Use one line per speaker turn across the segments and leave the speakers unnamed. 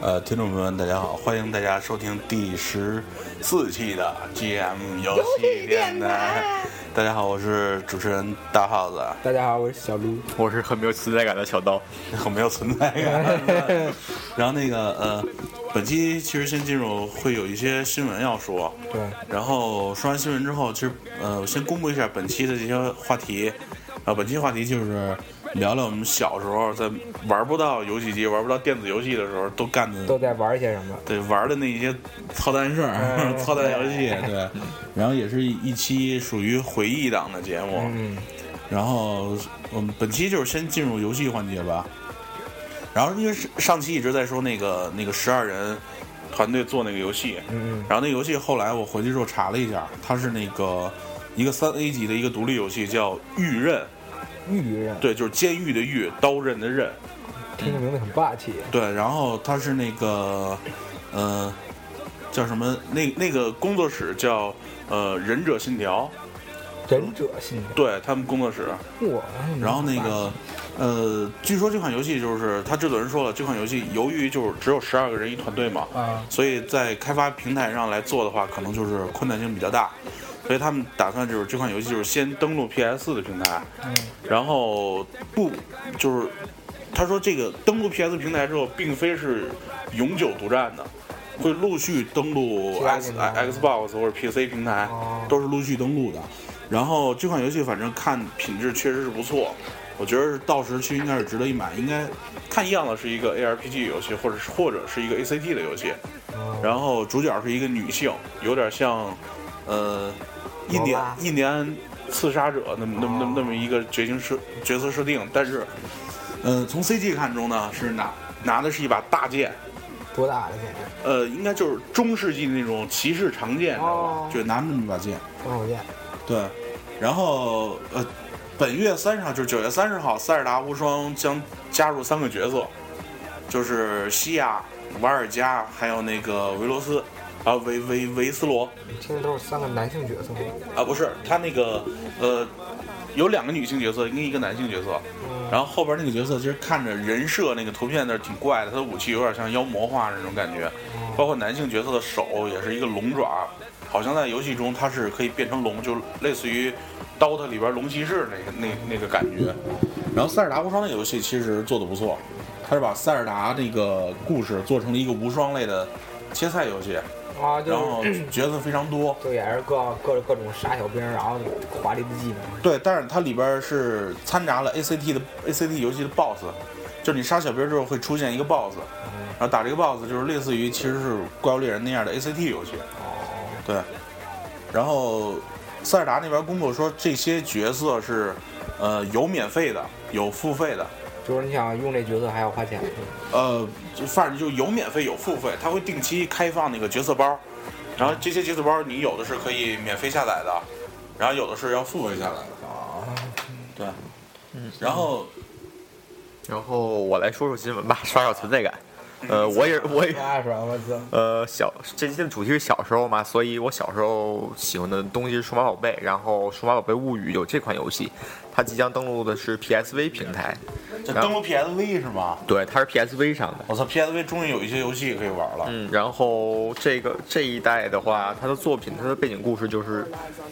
呃，听众朋友们，大家好，欢迎大家收听第十四期的 GM 游戏电台。大家好，我是主持人大耗子，
大家好，我是小卢。
我是很没有存在感的小刀，
很没有存在 感。然后那个呃，本期其实先进入会有一些新闻要说，
对，
然后说完新闻之后，其实呃，我先公布一下本期的这些话题。啊，本期话题就是聊聊我们小时候在玩不到游戏机、玩不到电子游戏的时候都干的
都，在玩些什么？
对玩的那一些操蛋事儿、
嗯
操蛋游戏，对。然后也是一期属于回忆档的节目。
嗯，
然后我们本期就是先进入游戏环节吧。然后因为是上期一直在说那个那个十二人团队做那个游戏，
嗯
然后那个游戏后来我回去之后查了一下，它是那个一个三 A 级的一个独立游戏，叫《狱刃》，
嗯玉人，
对，就是监狱的狱，刀刃的刃，
听着名字很霸气。
对。然后它是那个呃叫什么那那个工作室叫呃忍者信条，
忍者信条，
对他们工作室，
哇！哎
然后那，个，呃，据说这款游戏就是他制作人说了，这款游戏由于就是只有十二个人一团队嘛，
啊
所以在开发平台上来做的话，可能就是困难性比较大，所以他们打算就是这款游戏就是先登陆 PS 的平台，
嗯
然后不就是他说这个登陆 PS 平台之后，并非是永久独占的。会陆续登陆
其他
X 哎
平台
Xbox 或者 PC 平台
哦，
都是陆续登陆的。然后这款游戏反正看品质确实是不错，我觉得到时去应该是值得一买，应该看样子是一个 ARPG 游戏，或者是或者是一个 ACT 的游戏。
嗯，
然后主角是一个女性，有点像，呃，印第
罗拉
安印第安刺杀者那么那么那么那么一个角色设角色设定，但是，呃，从 CG 看中呢是拿拿的是一把大剑，
多大的现在？
呃，应该就是中世纪那种骑士长剑，你知道吧
哦？
就拿着那么把剑，
双手剑，
对，然后呃，本月三十号就是九月三十号，塞尔达无双将加入三个角色，就是西亚、瓦尔加还有那个维罗斯，啊维维维斯罗
听着都是三个男性角色。
啊不是他那个呃有两个女性角色跟一个男性角色，然后后边那个角色其实看着人设那个图片那儿挺怪的，他的武器有点像妖魔化那种感觉，包括男性角色的手也是一个龙爪，好像在游戏中它是可以变成龙，就类似于《DOTA》里边龙骑士那个那那个感觉。然后塞尔达无双那个游戏其实做的不错，它是把塞尔达那个故事做成了一个无双类的切菜游戏，
啊，
然后
就是
角色非常多。
就也是各各各种杀小兵，然后华丽的技能。
对，但是它里边是掺杂了 ACT 的 ACT 游戏的 BOSS，就是你杀小兵之后会出现一个 BOSS，然
嗯
后打这个 BOSS 就是类似于其实是怪物猎人那样的 ACT 游戏。
哦，
对，然后塞尔达那边公布说这些角色是，呃，有免费的，有付费的，
就是你想用这角色还要花钱。
呃，就反正就有免费有付费，它会定期开放那个角色包，然后这些角色包你有的是可以免费下载的，然后有的是要付费下载的。
哦
啊，
对，
嗯
然后。
然后我来说说新闻吧，刷刷存在感。呃，我也我也
那是吧我操！
呃小这期的主题是小时候嘛，所以我小时候喜欢的东西是数码宝贝，然后数码宝贝物语有这款游戏，它即将登陆的是 PSV 平台，
这登陆 PSV 是吗？
对，它是 PSV 上的。
我操，PSV 终于有一些游戏可以玩了。
嗯，然后这个这一代的话，它的作品，它的背景故事就是，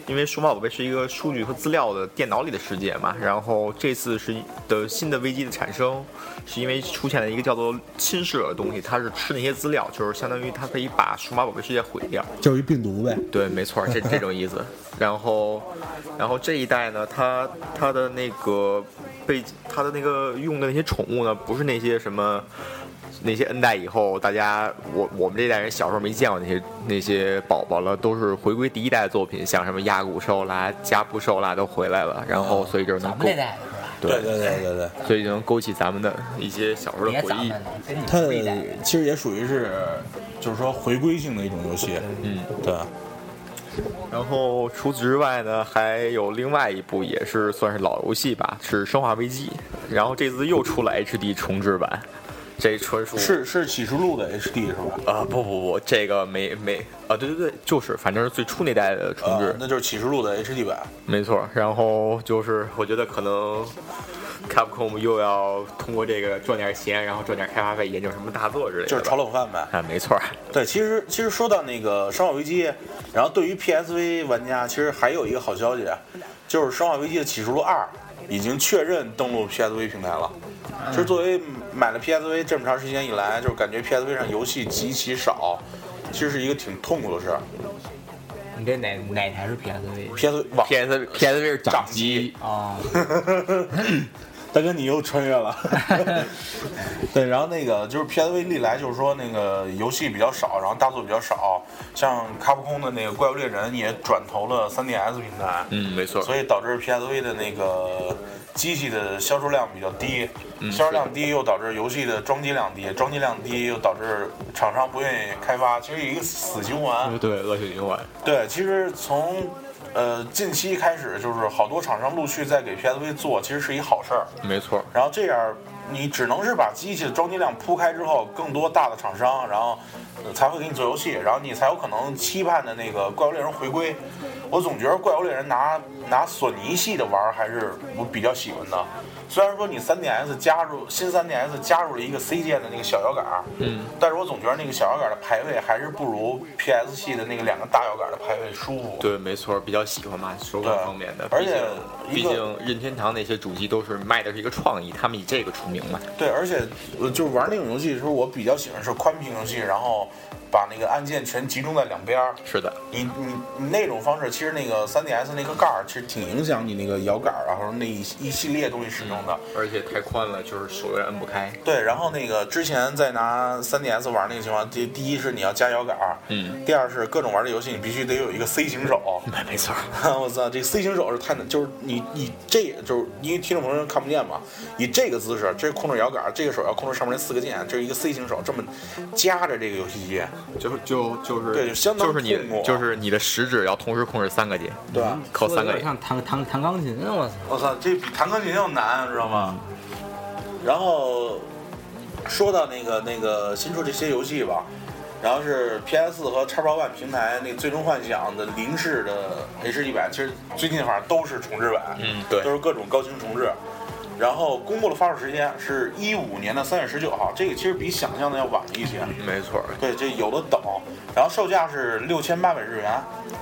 因为数码宝贝是一个数据和资料的电脑里的世界嘛，然后这次是的新的危机的产生，是因为出现了一个叫做侵蚀者的东西，它是吃那些资料，就是相当于它可以把数码宝贝世界毁掉。
就是一病毒呗。
对，没错，这这种意思。然后，然后这一代呢，它它的那个被它的那个用的那些宠物呢，不是那些什么那些 N 代以后大家我我们这代人小时候没见过那些那些宝宝了，都是回归第一代的作品，像什么亚古兽啦、加布兽啦都回来了，然后所以就
哦
能
咱们
勾
这，代的是吧？
对对对对对，
所以就能勾起咱们的一些小时候的
别
回
咱
忆
们。了，跟你
它
们这一代人。
其实也属于是，就是说回归性的一种游戏。
嗯，
对，
然后除此之外呢，还有另外一部也是算是老游戏吧，是《生化危机》，然后这次又出了 HD 重置版，这纯属
是是启示录的 HD 是吧？
啊、不不不，这个没没啊，对对对，就是反正是最初那代的重
啊
置，，
那就是启示录的 HD 版。
没错。然后就是我觉得可能 Capcom 又要通过这个赚点钱，然后赚点开发费，研究什么大作之类的吧。
就是炒冷饭呗。
啊，没错儿，
对，其实其实说到那个《生化危机》，然后对于 PSV 玩家，其实还有一个好消息，啊就是《生化危机》的启示录二已经确认登陆 PSV 平台了。其实作为买了 PSV 这么长时间以来，就是感觉 PSV 上游戏极其少，其实是一个挺痛苦的事儿。
你这哪哪台是 PSV？
PSV 网
PS PSV 是掌
掌
机
机，
哦，
大哥，你又穿越了。对，然后那个就是 PSV 历来就是说那个游戏比较少，然后大作比较少，像卡普空的那个《怪物猎人》也转投了 3DS 平台，
嗯，没错儿，
所以导致 PSV 的那个机器的销售量比较低，销售量低又导致游戏的装机量低，装机量低又导致厂商不愿意开发，其实一个死循环。
对对，恶性循环。
对，其实从呃近期开始，就是好多厂商陆续在给 PSV 做，其实是一好事儿。
没错儿，
然后这样，你只能是把机器的装机量铺开之后，更多大的厂商，然后呃才会给你做游戏，然后你才有可能期盼的那个怪物猎人回归。我总觉得怪物猎人拿拿索尼系的玩儿还是我比较喜欢的。虽然说你 3DS 加入新 3DS 加入了一个 C 键的那个小摇杆，嗯，但是我总觉得那个小摇杆的排位还是不如 PS 系的那个两个大摇杆的排位舒服。
对，没错儿，比较喜欢嘛，手感
对
方面的。
而
毕
且
竟
一
毕
个
竟任天堂那些主机都是卖的是一个创意，他们以这个出名嘛。
对，而且呃，就是玩那种游戏的时候，我比较喜欢是宽屏游戏，然后把那个按键全集中在两边儿。
是的，
你你你那种方式，其实那个 3DS 那个盖儿其实挺影响你那个摇杆儿啊，或者那一一系列东西使用的。
而且太宽了，就是手有点摁不开。
对，然后那个之前在拿 3DS 玩那个情况，第第一是你要加摇杆儿，
嗯，
第二是各种玩的游戏你必须得有一个 C 型手，
哎没没错 儿，
我操，这 C 型手是太难，就是你以这就是因为听众朋友看不见嘛，以这个姿势，这控制摇杆，这个手要控制上面那四个键，这是一个 C 型手，这么夹着这个游戏机，
就就就是
对就相当
就是你
痛苦啊
就是你的食指要同时控制三个键，嗯
对吧？
扣
说得
三
有
个
点
键。
像弹弹弹钢琴，我操！
我操，这比弹钢琴要难，知道吗？然后说到那个那个新出这些游戏吧，然后是 PS 和 Xbox One 平台那《最终幻想》的零式的 HD 版，其实最近反正都是重置版，
嗯对
都是各种高清重置。然后公布了发售时间是一五年的三月十九号，这个其实比想象的要晚了一些。
没错儿，
对，这有的等。然后售价是六千八百日元，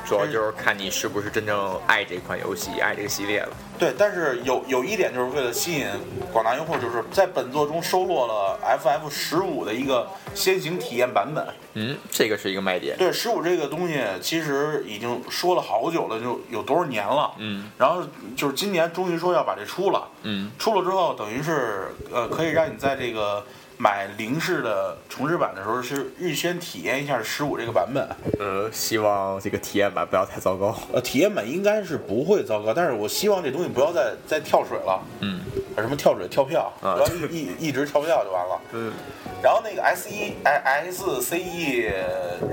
主要就是看你是不是真正爱这款游戏，爱这个系列了。
对，但是有有一点就是为了吸引广大用户，就是在本作中收录了 FF 十五的一个先行体验版本。
嗯，这个是一个卖点。
对，十五这个东西其实已经说了好久了，就有多少年了。
嗯，
然后就是今年终于说要把这出了。
嗯，
出了之后，等于是呃，可以让你在这个买零式的重置版的时候，是预先体验一下十五这个版本。
呃，希望这个体验版不要太糟糕。
呃，体验版应该是不会糟糕，但是我希望这东西不要再再跳水了。啊
嗯
什么跳水跳票，
啊
然后一一一直跳票就完了。
嗯，
然后那个 S 一哎 S C E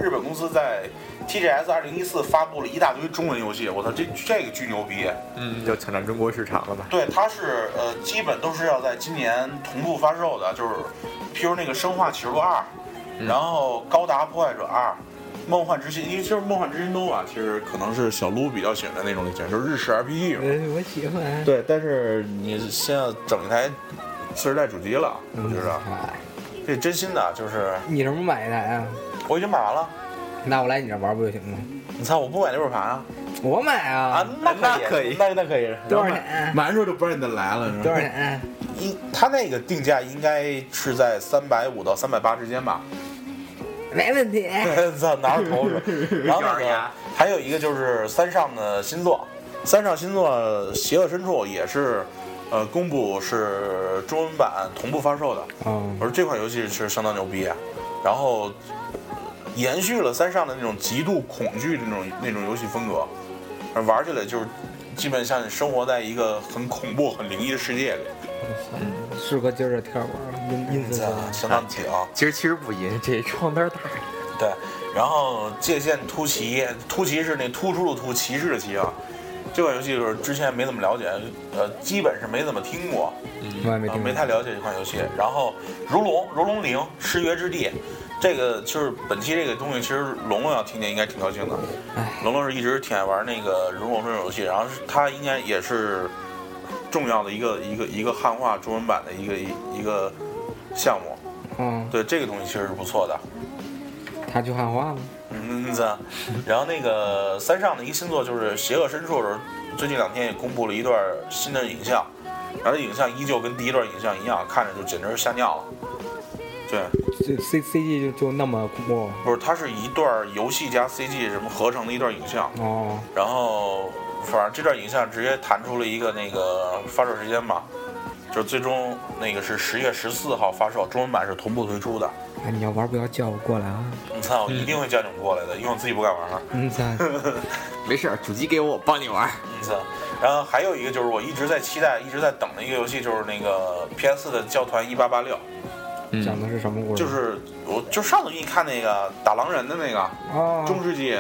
日本公司在 TGS 二零一四发布了一大堆中文游戏，我操，这这个巨牛逼！
嗯，要抢占中国市场了吧？
对，它是呃，基本都是要在今年同步发售的，就是譬如那个《生化启示录二》，然后《高达破坏者二》。梦幻之心，因为其实梦幻之心 nova 其实可能是小撸比较喜欢的那种类型，就是日式 RPG 嘛。
嗯，我喜欢。
对，但是你现在整一台次世代主机了，我觉得
哎
这真心的，就是
你什么时候买一台啊？
我已经买完了。
那我来你这玩不就行吗？
你猜我不买那盘啊？
我买啊，
那可以
那那可以。
多少钱？啊
完之后就不让你再来了，是
多
吧？
少钱？啊
一，他那个定价应该是在三百五到三百八之间吧。
没问题。
操，拿着头说。然后那
咬着
个
牙
还有一个就是三上的新作，三上新作《邪恶深处》也是，呃，公布是中文版同步发售的。
哦，
我说这款游戏是相当牛逼啊，然后延续了三上的那种极度恐惧的那种那种游戏风格，而玩起来就是基本像你生活在一个很恐怖、很灵异的世界里，
适合今儿这天玩，阴阴森森的。
相当啊挺。
其实其实不赢，这床单大。
对，然后界限突袭，突袭是那突出的突，骑士的骑啊。这款游戏就是之前没怎么了解，呃，基本是没怎么听过，
我也没
啊
听
没
过。
太了解这款游戏。然后如龙，如龙零，失约之地，这个就是本期这个东西，其实龙龙要听见应该挺高兴的。龙龙是一直挺爱玩那个如龙这种游戏，然后是他应该也是重要的一个一个一个汉化中文版的一个一一个项目。
嗯，
对这个东西其实是不错的。
他去汉化了。
嗯，子。然后那个三上的一个新作就是《邪恶深处》的时候，最近两天也公布了一段新的影像，然后这影像依旧跟第一段影像一样，看着就简直是吓尿了。对，
这 C C G 就就那么恐怖
不是，它是一段游戏加 CG 什么合成的一段影像，
哦，
然后反正这段影像直接弹出了一个那个发售时间嘛，就是最终那个是十月十四号发售，中文版是同步推出的。
哎，你要玩不要叫我过来啊！
你看，我一定会叫你们过来的，因为我自己不敢玩了。
嗯，在
没事儿，主机给我，我帮你玩儿。
嗯，操然后还有一个就是我一直在期待、一直在等的一个游戏，就是那个 PS 的《教团一八八六》，
讲的是什么故事？
就是我就上次给你看那个打狼人的那个
啊，
中世纪，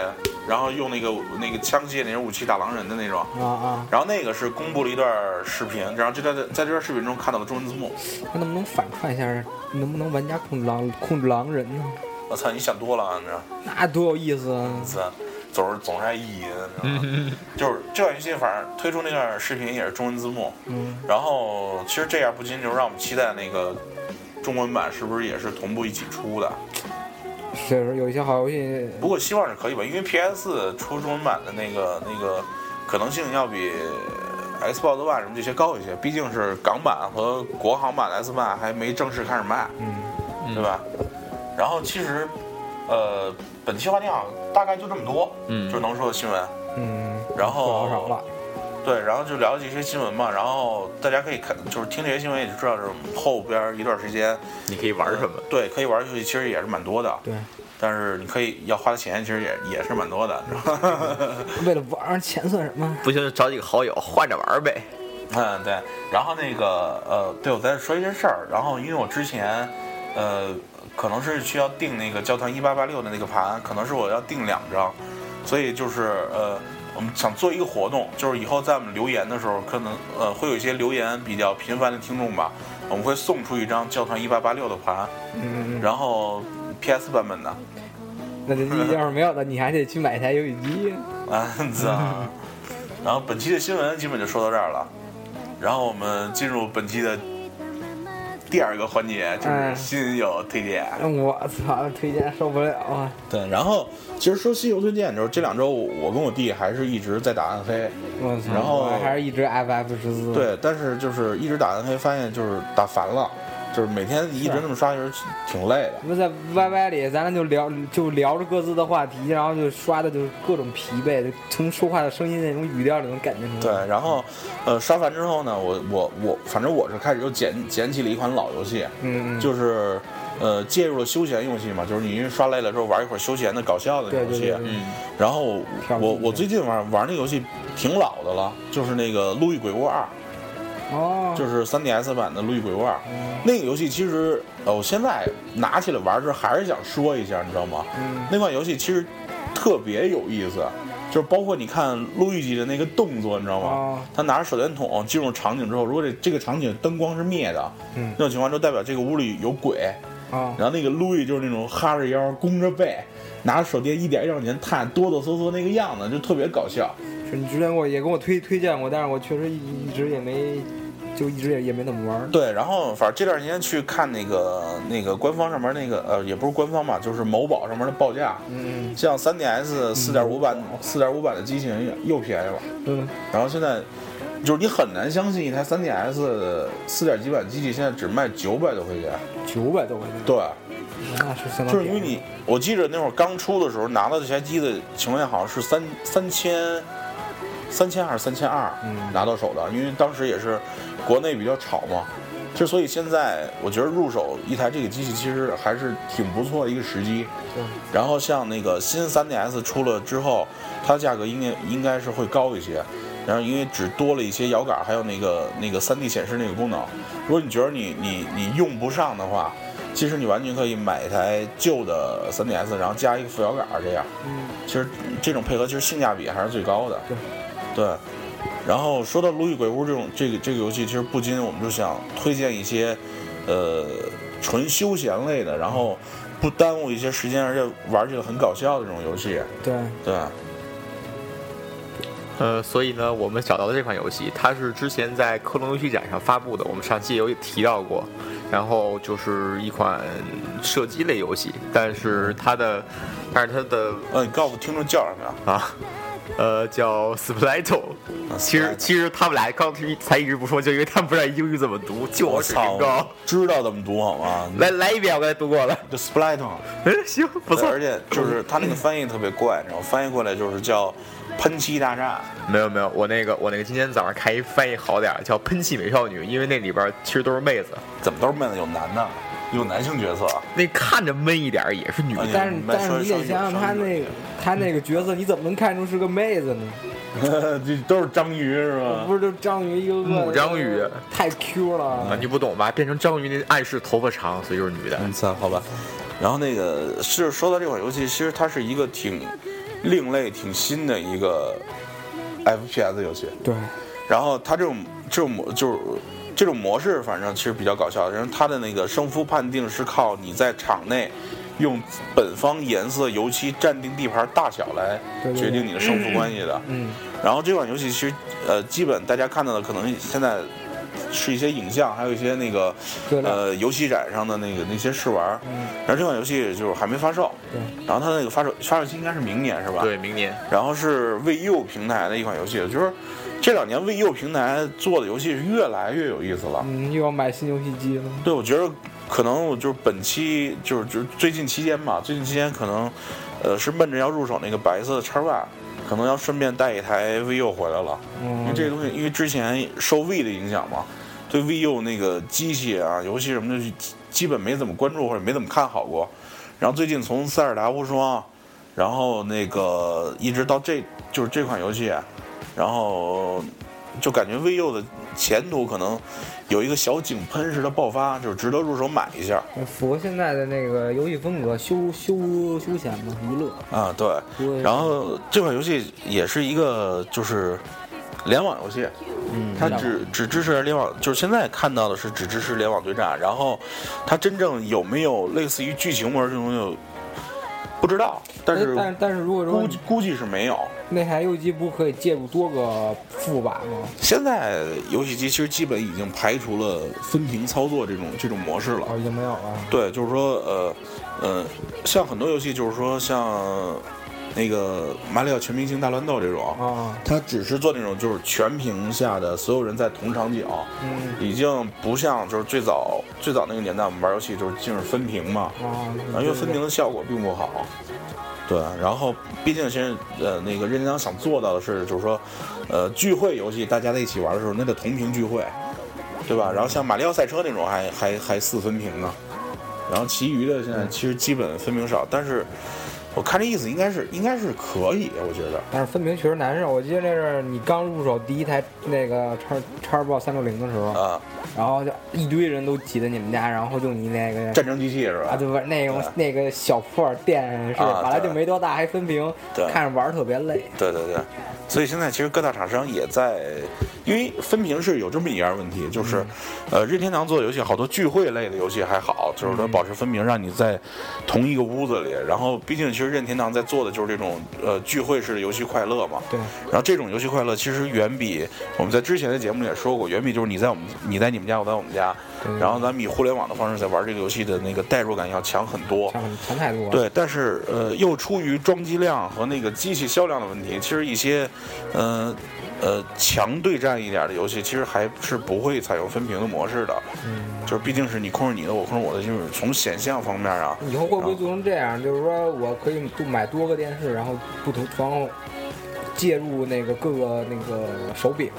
然后用那个那个枪械那种武器打狼人的那种。
啊啊，
然后那个是公布了一段视频，然后就在在这段视频中看到了中文字幕。
他能不能反串一下？能不能玩家控制狼控制狼人呢？
我操，你想多了啊，你知道？
那多有意思啊！
这总是总是爱意淫，你知道吗？就是这款游戏，反正推出那段视频也是中文字幕。
嗯，
然后其实这样不禁就让我们期待那个中文版是不是也是同步一起出的？
所以说有一些好游戏，
不过希望是可以吧，因为 PS 出中文版的那个那个可能性要比 Xbox One 什么这些高一些，毕竟是港版和国行版的 S 版还没正式开始卖，
嗯，
对吧？然后其实，呃，本期话题好像大概就这么多，
嗯
就是能说的新闻。
嗯，
然
不
后
好少了。
对，然后就了解一些新闻嘛，然后大家可以看，就是听这些新闻也就知道，就是后边一段时间
你可以玩什么？
对，可以玩儿游戏其实也是蛮多的，
对，
但是你可以要花的钱其实也也是蛮多的，是吧？
为了玩儿钱算什么？
不行就找几个好友换着玩儿呗。
嗯，对。然后那个呃，对我再说一件事儿，然后因为我之前呃，可能是需要订那个教团一八八六的那个盘，可能是我要订两张，所以就是呃。我们想做一个活动，就是以后在我们留言的时候，可能呃会有一些留言比较频繁的听众吧，我们会送出一张教团一八八六的盘，
嗯，
然后 PS 版本的，
那你要是没有的，你还得去买一台游戏机。
案子 啊。然后本期的新闻基本就说到这儿了，然后我们进入本期的第二个环节，就是
嗯
新友推荐。
我操，推荐受不了啊！
对，然后其实说新友推荐的时候，这两周我我跟我弟还是一直在打暗黑，
我操，
然后
我还是一直 FF 十四。，
对，但是就是一直打暗黑，发现就是打烦了，就是每天一直那么刷，就是挺累的。
不是在 YY 里，咱俩就聊就聊着各自的话题，然后就刷的就是各种疲惫，就从说话的声音那种语调里能感觉出
对
来。，
然后，呃，刷烦之后呢，我我我，反正我是开始又捡捡起了一款老游戏，
嗯，嗯，
就是呃介入了休闲游戏嘛，就是你因为刷累了之后玩一会儿休闲的搞笑的那
对
种游
对
戏。啊嗯
对对，
然后
跳
我
进去
我最近玩玩那游戏挺老的了，就是那个《路易鬼屋二
嗯哦》，，
就是 3DS 版的《路易鬼屋二》。
嗯
那个游戏其实呃我现在拿起来玩的时候还是想说一下，你知道吗？
嗯，
那款游戏其实特别有意思，就是包括你看路易吉的那个动作，你知道吗？
哦
他拿着手电筒进入场景之后，如果这这个场景灯光是灭的，
嗯
那种情况就代表这个屋里有鬼。
哦，
然后那个路易就是那种哈着腰、弓着背，拿着手电一点一点往前探，哆哆嗦嗦那个样子，就特别搞笑。
是你之前给我也跟我推推荐过，但是我确实一一直也没，就一直也也没怎么玩儿。
对，然后反正这段时间去看那个那个官方上面那个呃，也不是官方吧，就是某宝上面的报价，
嗯
像 3DS 4.5版、4.5版的机型又又便宜了。
嗯，
然后现在就是你很难相信一台 3DS 四点几版机器现在只卖九百多块钱。
九百多块钱，
对，
那是相当
就是因为你，我记着那会儿刚出的时候拿到这台机的情况下，好像是三三千。三千二、三千二
嗯
拿到手的，因为当时也是国内比较炒嘛，之所以现在我觉得入手一台这个机器其实还是挺不错的一个时机。
对
然后像那个新 3DS 出了之后，它价格应该应该是会高一些。然后因为只多了一些摇杆，还有那个那个 3D 显示那个功能。如果你觉得你你你用不上的话，其实你完全可以买一台旧的 3DS，然后加一个副摇杆这样。
嗯，
其实这种配合其实性价比还是最高的。
对
对然后说到《路易鬼屋》这种这个这个游戏，其实不禁我们就想推荐一些，呃，纯休闲类的，然后不耽误一些哎时间，而且玩起来很搞笑的这种游戏。
对，
对。
呃，所以呢，我们找到了这款游戏，它是之前在科隆游戏展上发布的，我们上期也有提到过。然后就是一款射击类游戏，但是它的，但是它的
呃，你告诉听众叫什么呀？
啊，呃，叫 Splato。其实其实他们俩刚才才一直不说，就因为他们不知道英语怎么读，就我水平高。，
知道怎么读好吗？
来来一遍，我刚才读过了。
就 splatter，
哎，行，不错
而。且就是它那个翻译特别怪，然后翻译过来就是叫喷漆大战。
没有没有，我那个我那个今天早上看一翻译好点儿，叫《喷气美少女》，因为那里边儿其实都是妹子，
怎么都是妹子，有男的，有男性角色。
那看着闷一点儿也是女的。
但是
嗯
但是
说
你得
说
想想
说
他那个他那个角色，你怎么能看出是个妹子呢？
这 都是章鱼是吧？
不是，就章鱼一个个
母章鱼
太 Q
啊，
了。
你不懂吧？变成章鱼那暗示头发长，所以就是女的。
嗯，算好吧。 然后那个是说到这款游戏，其实它是一个挺另类、挺新的一个 FPS 游戏。
对，
然后它这种这种模就是这种模式，反正其实比较搞笑。然后它的那个胜负判定是靠你在场内用本方颜色油漆占定地盘大小来
对对对
决定你 的胜负关系的。
嗯，
然后这款游戏其实呃，基本大家看到的可能现在是一些影像，还有一些那个
对了
呃游戏展上的那个那些试玩儿。
嗯，
然后这款游戏就是还没发售，
对，
然后它那个发售发售期应该是明年是吧？。
对，明年
然后是 VU 平台的一款游戏，就是这两年 VU 平台做的游戏越来越有意思了。
嗯，又要买新游戏机了。
对，我觉得可能我就是本期就是就是最近期间吧，最近期间可能呃是奔着要入手那个白色的叉 Y，可能要顺便带一台 VU 回来了。因为
嗯，
这个东西，因为之前受 V 的影响嘛，对 VU 那个机器啊、游戏什么的，就基本没怎么关注或者没怎么看好过。然后最近从塞尔达无双，然后那个一直到这就是这款游戏，啊然后就感觉 VU 的前途可能有一个小井喷式的爆发，就是值得入手买一下
呃符合现在的那个游戏风格，休休休闲嘛，娱乐。
啊。对，
对
然后这款游戏也是一个就是联网游戏，
嗯，
它只只支持联网，就是现在看到的是只支持联网对战，然后它真正有没有类似于剧情模式这种东西，不知道，但
但
是
哎但但是如果说
估计估计是没有。
那台游戏机不可以介入多个副把吗？
现在游戏机其实基本已经排除了分屏操作这种这种模式了。
哦，已经没有了。
对，就是说，呃，呃，像很多游戏，就是说像那个《马里奥全明星大乱斗》这种，
啊，
它只是做那种就是全屏下的所有人在同场景，
嗯，
已经不像就是最早最早那个年代我们玩游戏就是尽是分屏嘛，
啊，
然后因为分屏的效果并不好。对，然后毕竟现在呃那个任天堂想做到的是，就是说，呃聚会游戏大家在一起玩的时候，那得同屏聚会，对吧？然后像马里奥赛车那种还还还四分屏呢，然后其余的现
嗯
在其实基本分屏少，但是我看这意思应该是应该是可以，我觉得。
但是分屏确实难受。我记得那是你刚入手第一台那个叉叉 box 三六零的时候，
啊，
然后就一堆人都挤在你们家，然后就你那个
战争机器是吧？
啊，对吧？那种
对
那个小破电视，
啊
本来
对
就没多大，还分屏
对，
看着玩儿特别累。
对对对，所以现在其实各大厂商也在，因为分屏是有这么一样问题，
嗯
就是，呃，任天堂做的游戏好多聚会类的游戏还好，就是
嗯
它保持分屏，让你在同一个屋子里。然后，毕竟其实任天堂在做的就是这种呃聚会式的游戏快乐嘛。
对，
然后这种游戏快乐其实远比我们在之前的节目里也说过，远比就是你在我们你在你们家，我在我们家，
对
然后咱们以互联网的方式在玩这个游戏的那个代入感要强很多。
强强太多了。
对，但是呃，又出于装机量和那个机器销量的问题，其实一些，呃，呃，强对战一点的游戏，其实还是不会采用分屏的模式的，
嗯，
就是毕竟是你控制你的，我控制我的，就是从显像方面啊，
以后会不会做成这样？就是说我可以多买多个电视，然后不同，然后介入那个各个那个手柄，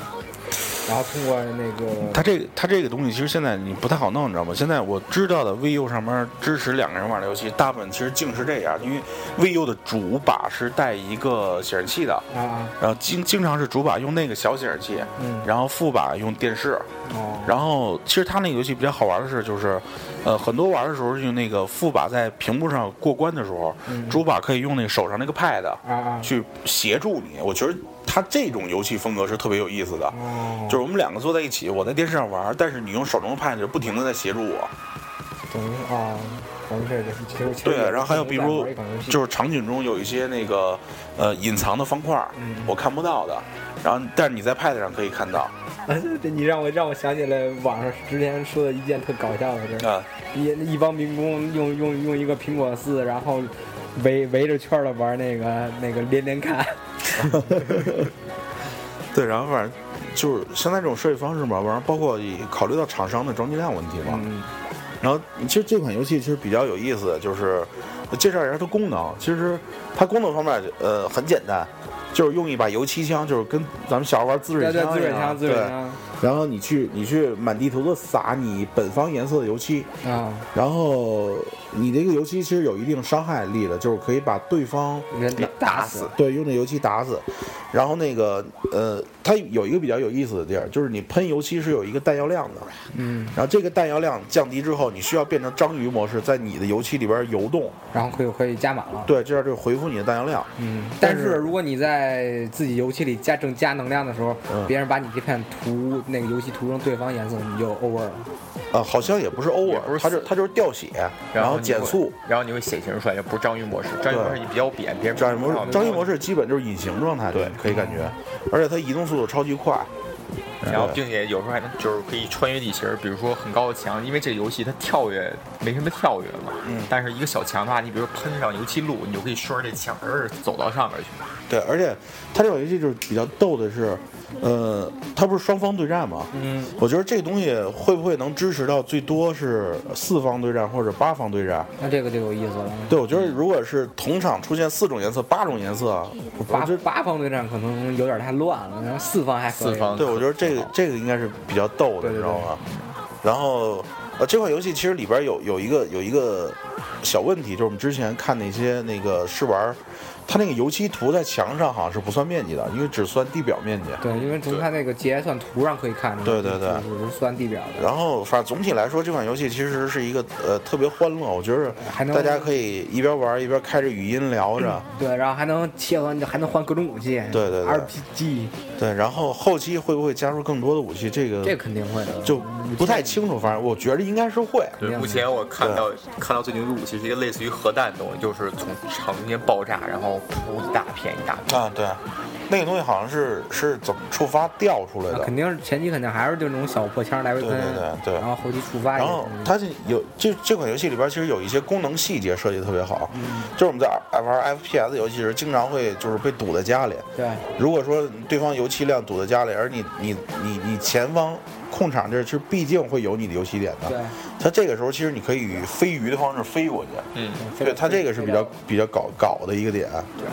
然后通过那个
它这个它这个东西其实现在你不太好弄，你知道吗？现在我知道的 VU 上面支持两个人玩的游戏，大部分其实竟是这样，因为 VU 的主把是带一个显示器的，
啊，
然后经经常是主把用那个小显示器，
嗯，
然后副把用电视。
哦，
然后其实它那个游戏比较好玩的是，就是，呃，很多玩的时候用那个副把在屏幕上过关的时候，
嗯
主把可以用那个手上那个 pad
啊啊，
去协助你。我觉得它这种游戏风格是特别有意思的，
哦，
就是我们两个坐在一起，我在电视上玩，但是你用手中的 pad 不停的在协助我。
等于啊，等于这个其实其实
对
也，
然后还有比如
是一款游戏
就是场景中有一些那个呃隐藏的方块儿
嗯，
我看不到的，然后但是你在 Pad 上可以看到
啊，这 你让我让我想起来网上之前说的一件特搞笑的事儿，
啊，
一一帮民工用用用一个苹果四，然后围围着圈的玩那个那个连连看，
对，然后反正就是现在这种设计方式嘛，然后包括也考虑到厂商的装机量问题嘛，
嗯，
然后其实这款游戏其实比较有意思，就是介绍一下它功能。其实它工作方面呃很简单，就是用一把油漆枪，就是跟咱们小时候玩滋水
对对，
枪
滋
一
水
样，
枪滋水枪
对。然后你去你去满地图的撒你本方颜色的油漆，
啊，
然后你这个油漆其实有一定伤害力的，就是可以把对方
人给打死，
对，用那油漆打死。然后那个呃，它有一个比较有意思的地儿，就是你喷油漆是有一个弹药量的，
嗯，
然后这个弹药量降低之后，你需要变成章鱼模式，在你的油漆里边游动，
然后可以可以加满了。
对，这样就回复你的弹药量。
嗯，
但
但
是
是如果你在自己油漆里加正加能量的时候，
嗯
别人把你这片涂那个油漆涂成对方颜色，你就 over 了。
呃，好像也不是偶
也
尔
不，是
它就它就是掉血，然后
你
减
会
速。，
然后你会显形出来，就不是章鱼模式。章鱼模式你比较扁，别人
章鱼模
看不
式，
到
章鱼模，式基本就是隐形状态，
对
可以感觉，而且它移动速度超级快。
然后
对
并且有时候还能就是可以穿越地形，比如说很高的墙，因为这个游戏它跳跃没什么跳跃嘛，
嗯
但是一个小墙的话，你比如喷上油漆路，你就可以顺着这墙而走到上面去。
对，而且它这款游戏就是比较逗的是，呃，它不是双方对战吗？嗯，我觉得这个东西会不会能支持到最多是四方对战或者八方对战？
那这个就有意思了。
对，我觉得如果是同场出现四种颜色、八种颜色，我
八
我觉得
八方对战可能有点太乱了，然后四方还可以
四方
对，我觉得这个这个应该是比较逗的，
对
你
对
知道吗？然后，呃，这款游戏其实里边有有一个有一个小问题，就是我们之前看那些那个试玩，它那个油漆涂在墙上好像是不算面积的，因为只算地表面积。
对，因为从
对
它那个结算图上可以看出来，
对对对
就是算地表的。
然后，反正总体来说，这款游戏其实是一个呃特别欢乐，我觉得
还能
大家可以一边玩一边开着语音聊着。
对，然后还能切换，还能换各种武器。
对对对
，RPG
对，然后后期会不会加入更多的武器？这个
嗯这肯定会的。
就不太清楚，反正我觉得应该是会。
对，目前我
啊
看到看到最牛的武器是一个类似于核弹的东西，就是从场中间爆炸，然后噗一大片一大片。
啊，对，那个东西好像是是怎么触发掉出来
啊
的
肯。定是前期肯定还是这种小破枪来回
对
喷，
对对对
然后后期触发也
然
是。嗯
后它这有这这款游戏里边其实有一些功能细节设计得特别好，
嗯
就是我们在玩 FPS 游戏时经常会就是被堵在家里，
对，
如果说对方油漆量堵在家里，而你你你你前方控场地儿，其实必定会有你的油漆点的。
对，
它这个时候其实你可以以飞鱼的方式飞过去。
嗯，
对，它这个是比较比较搞搞的一个点。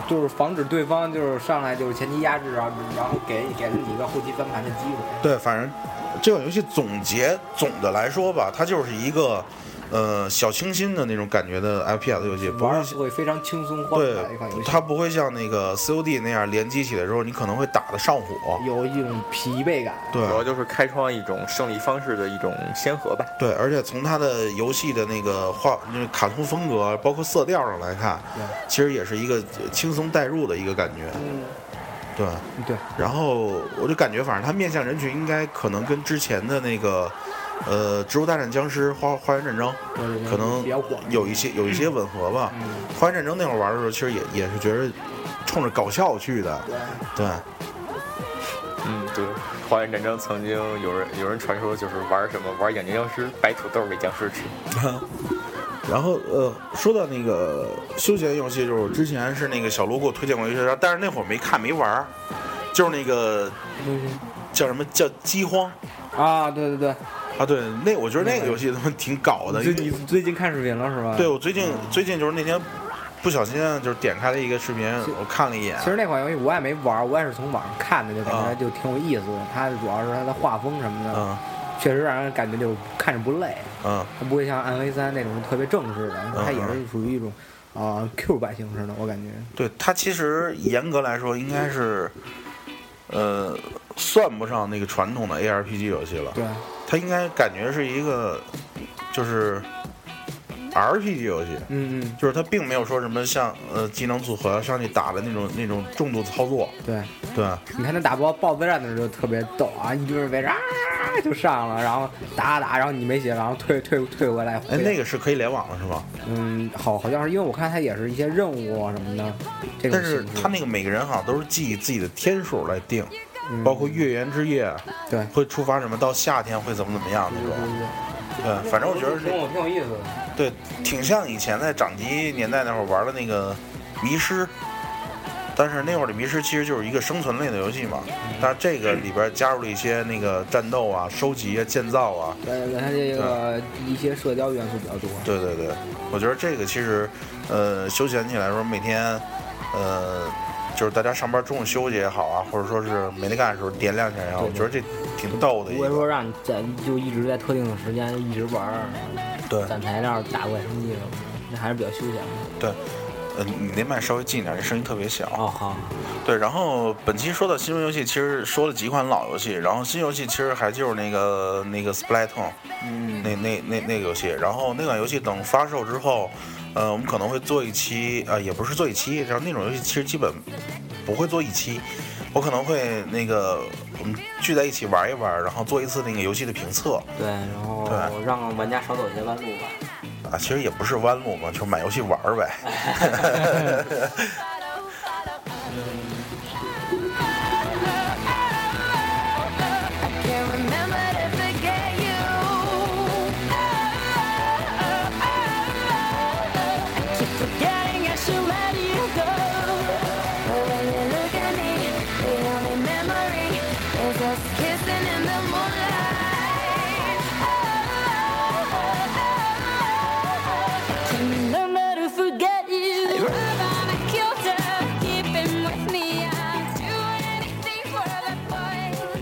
就是防止对方就是上来就是前期压制，然后然后给你给了你一个后期翻盘的机会。
对，反正这款游戏总结总的来说吧，它就是一个呃小清新的那种感觉的 FPS 游戏，不
玩儿
是。
会非常轻松欢
对
快的一款游，戏，
它不会像那个 COD 那样联机起来之后，你可能会打得上火。
有一种疲惫感。
对，
主要就是开创一种胜利方式的一种先河吧。
对，而且从它的游戏的那个画、那个卡通风格，包括色调上来看，
对
其实也是一个轻松代入的一个感觉。
嗯，
对，
对，
然后我就感觉，反正它面向人群应该可能跟之前的那个，呃，《植物大战僵尸》花《花园战争
对对》对
可能
比较广
有一些有一些吻合吧。
嗯，
花园战争》那会儿玩的时候，其实也也是觉得冲着搞笑去的。
对，
对，
嗯，对，花园战争曾经有人有人传说就是玩什么玩眼镜僵尸，摆土豆给僵尸吃。
然后呃，说到那个休闲游戏，就是我之前是那个小卢给我推荐过一个，但是那会儿没看没玩儿，就是那个叫什么叫饥荒
啊，对对对，
啊？对，那我觉得那个游戏他妈挺搞的。
最你最近看视频了是吧？
对，我最近最近就是那天不小心就是点开了一个视频，我看了一眼
其。实那款游戏我也没玩，我也是从网上看的，就感
啊
觉就挺有意思的。它主要是它的画风什么的，
嗯
确实让人感觉就看着不累，
嗯，
它不会像《暗黑三》那种特别正式的，它
啊
也是属于一种啊 Q 版形式的，我感觉。
对，它其实严格来说应该是，呃，算不上那个传统的 ARPG 游戏了。
对，
它应该感觉是一个，就是 RPG 游戏，
嗯嗯，
就是它并没有说什么像呃技能组合像你打的那种那种重度操作，
对。
对
你看他打 BOSS 战的时候就特别逗啊，一堆人围着啊就上了，然后打啊打，然后你没血，然后退退退回来。
哎，
回
那个是可以联网的是吧？
嗯，好，好像是因为我看他也是一些任务啊什么的，这种
但是
形式
他那个每个人好像都是记忆自己的天数来定，
包括月圆之夜
对
会触发什么，到夏天会怎么怎么样那种。对，反正我觉得
挺
这
有挺有意思的。
对挺像以前在掌机年代那会儿玩的那个迷失。但是那会儿的迷失其实就是一个生存类的游戏
嗯
嘛，但是这个里边加入了一些那个战斗啊、收集啊、建造啊，
呃
对，它这个一些社交元素比较多。
对对对，我觉得这个其实，呃，休闲起来说，每天，呃，就是大家上班中午休息也好啊，或者说是没得干的时候点亮起来也好，我
对
觉得这挺逗的一
不会
个。
说让你在就一直在特定的时间一直玩
嗯
儿，
对，
攒材料、打怪升级什么的，那还是比较休闲的。
呃，你那麦稍微近一点，这声音特别小。
哦，好，
对，然后本期说到新闻游戏，其实说了几款老游戏，然后新游戏其实还就是那个那个 Splatoon，
嗯，
那那那那个游戏，然后那款游戏等发售之后，呃，我们可能会做一期，呃，也不是做一期，然后那种游戏其实基本不会做一期，我可能会那个我们聚在一起玩一玩，然后做一次那个游戏的评测
对，然后
对
让玩家少走一些弯路吧。
啊，其实也不是弯路嘛，就是买游戏玩儿呗。
Can't remember to forget you. I keep forgetting I should let you go. But when you look at me, the only memory is us kissing in the moonlight. Can't remember to forget you. I'm a killer, keep him with me. I'd do anything for that boy.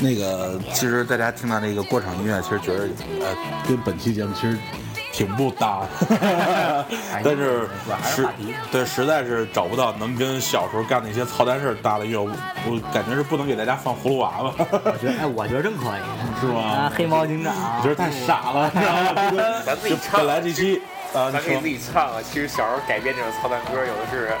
那个，其实大家听到这个过场音乐，其实觉得呃，跟本期节目其实挺不搭，但是实对实在是找不到能跟小时候干那些操蛋事儿搭的乐，我我感觉是不能给大家放葫芦娃娃，
我觉得，哎，我觉得真可以。
是
啊
吗，？
黑猫警长，
哦
嗯
你觉得太傻了，知道吗？
咱自己
就
唱
本来这期啊，你
咱可以
说
自己唱啊，其实小时候改编这种操蛋歌有的是，
啊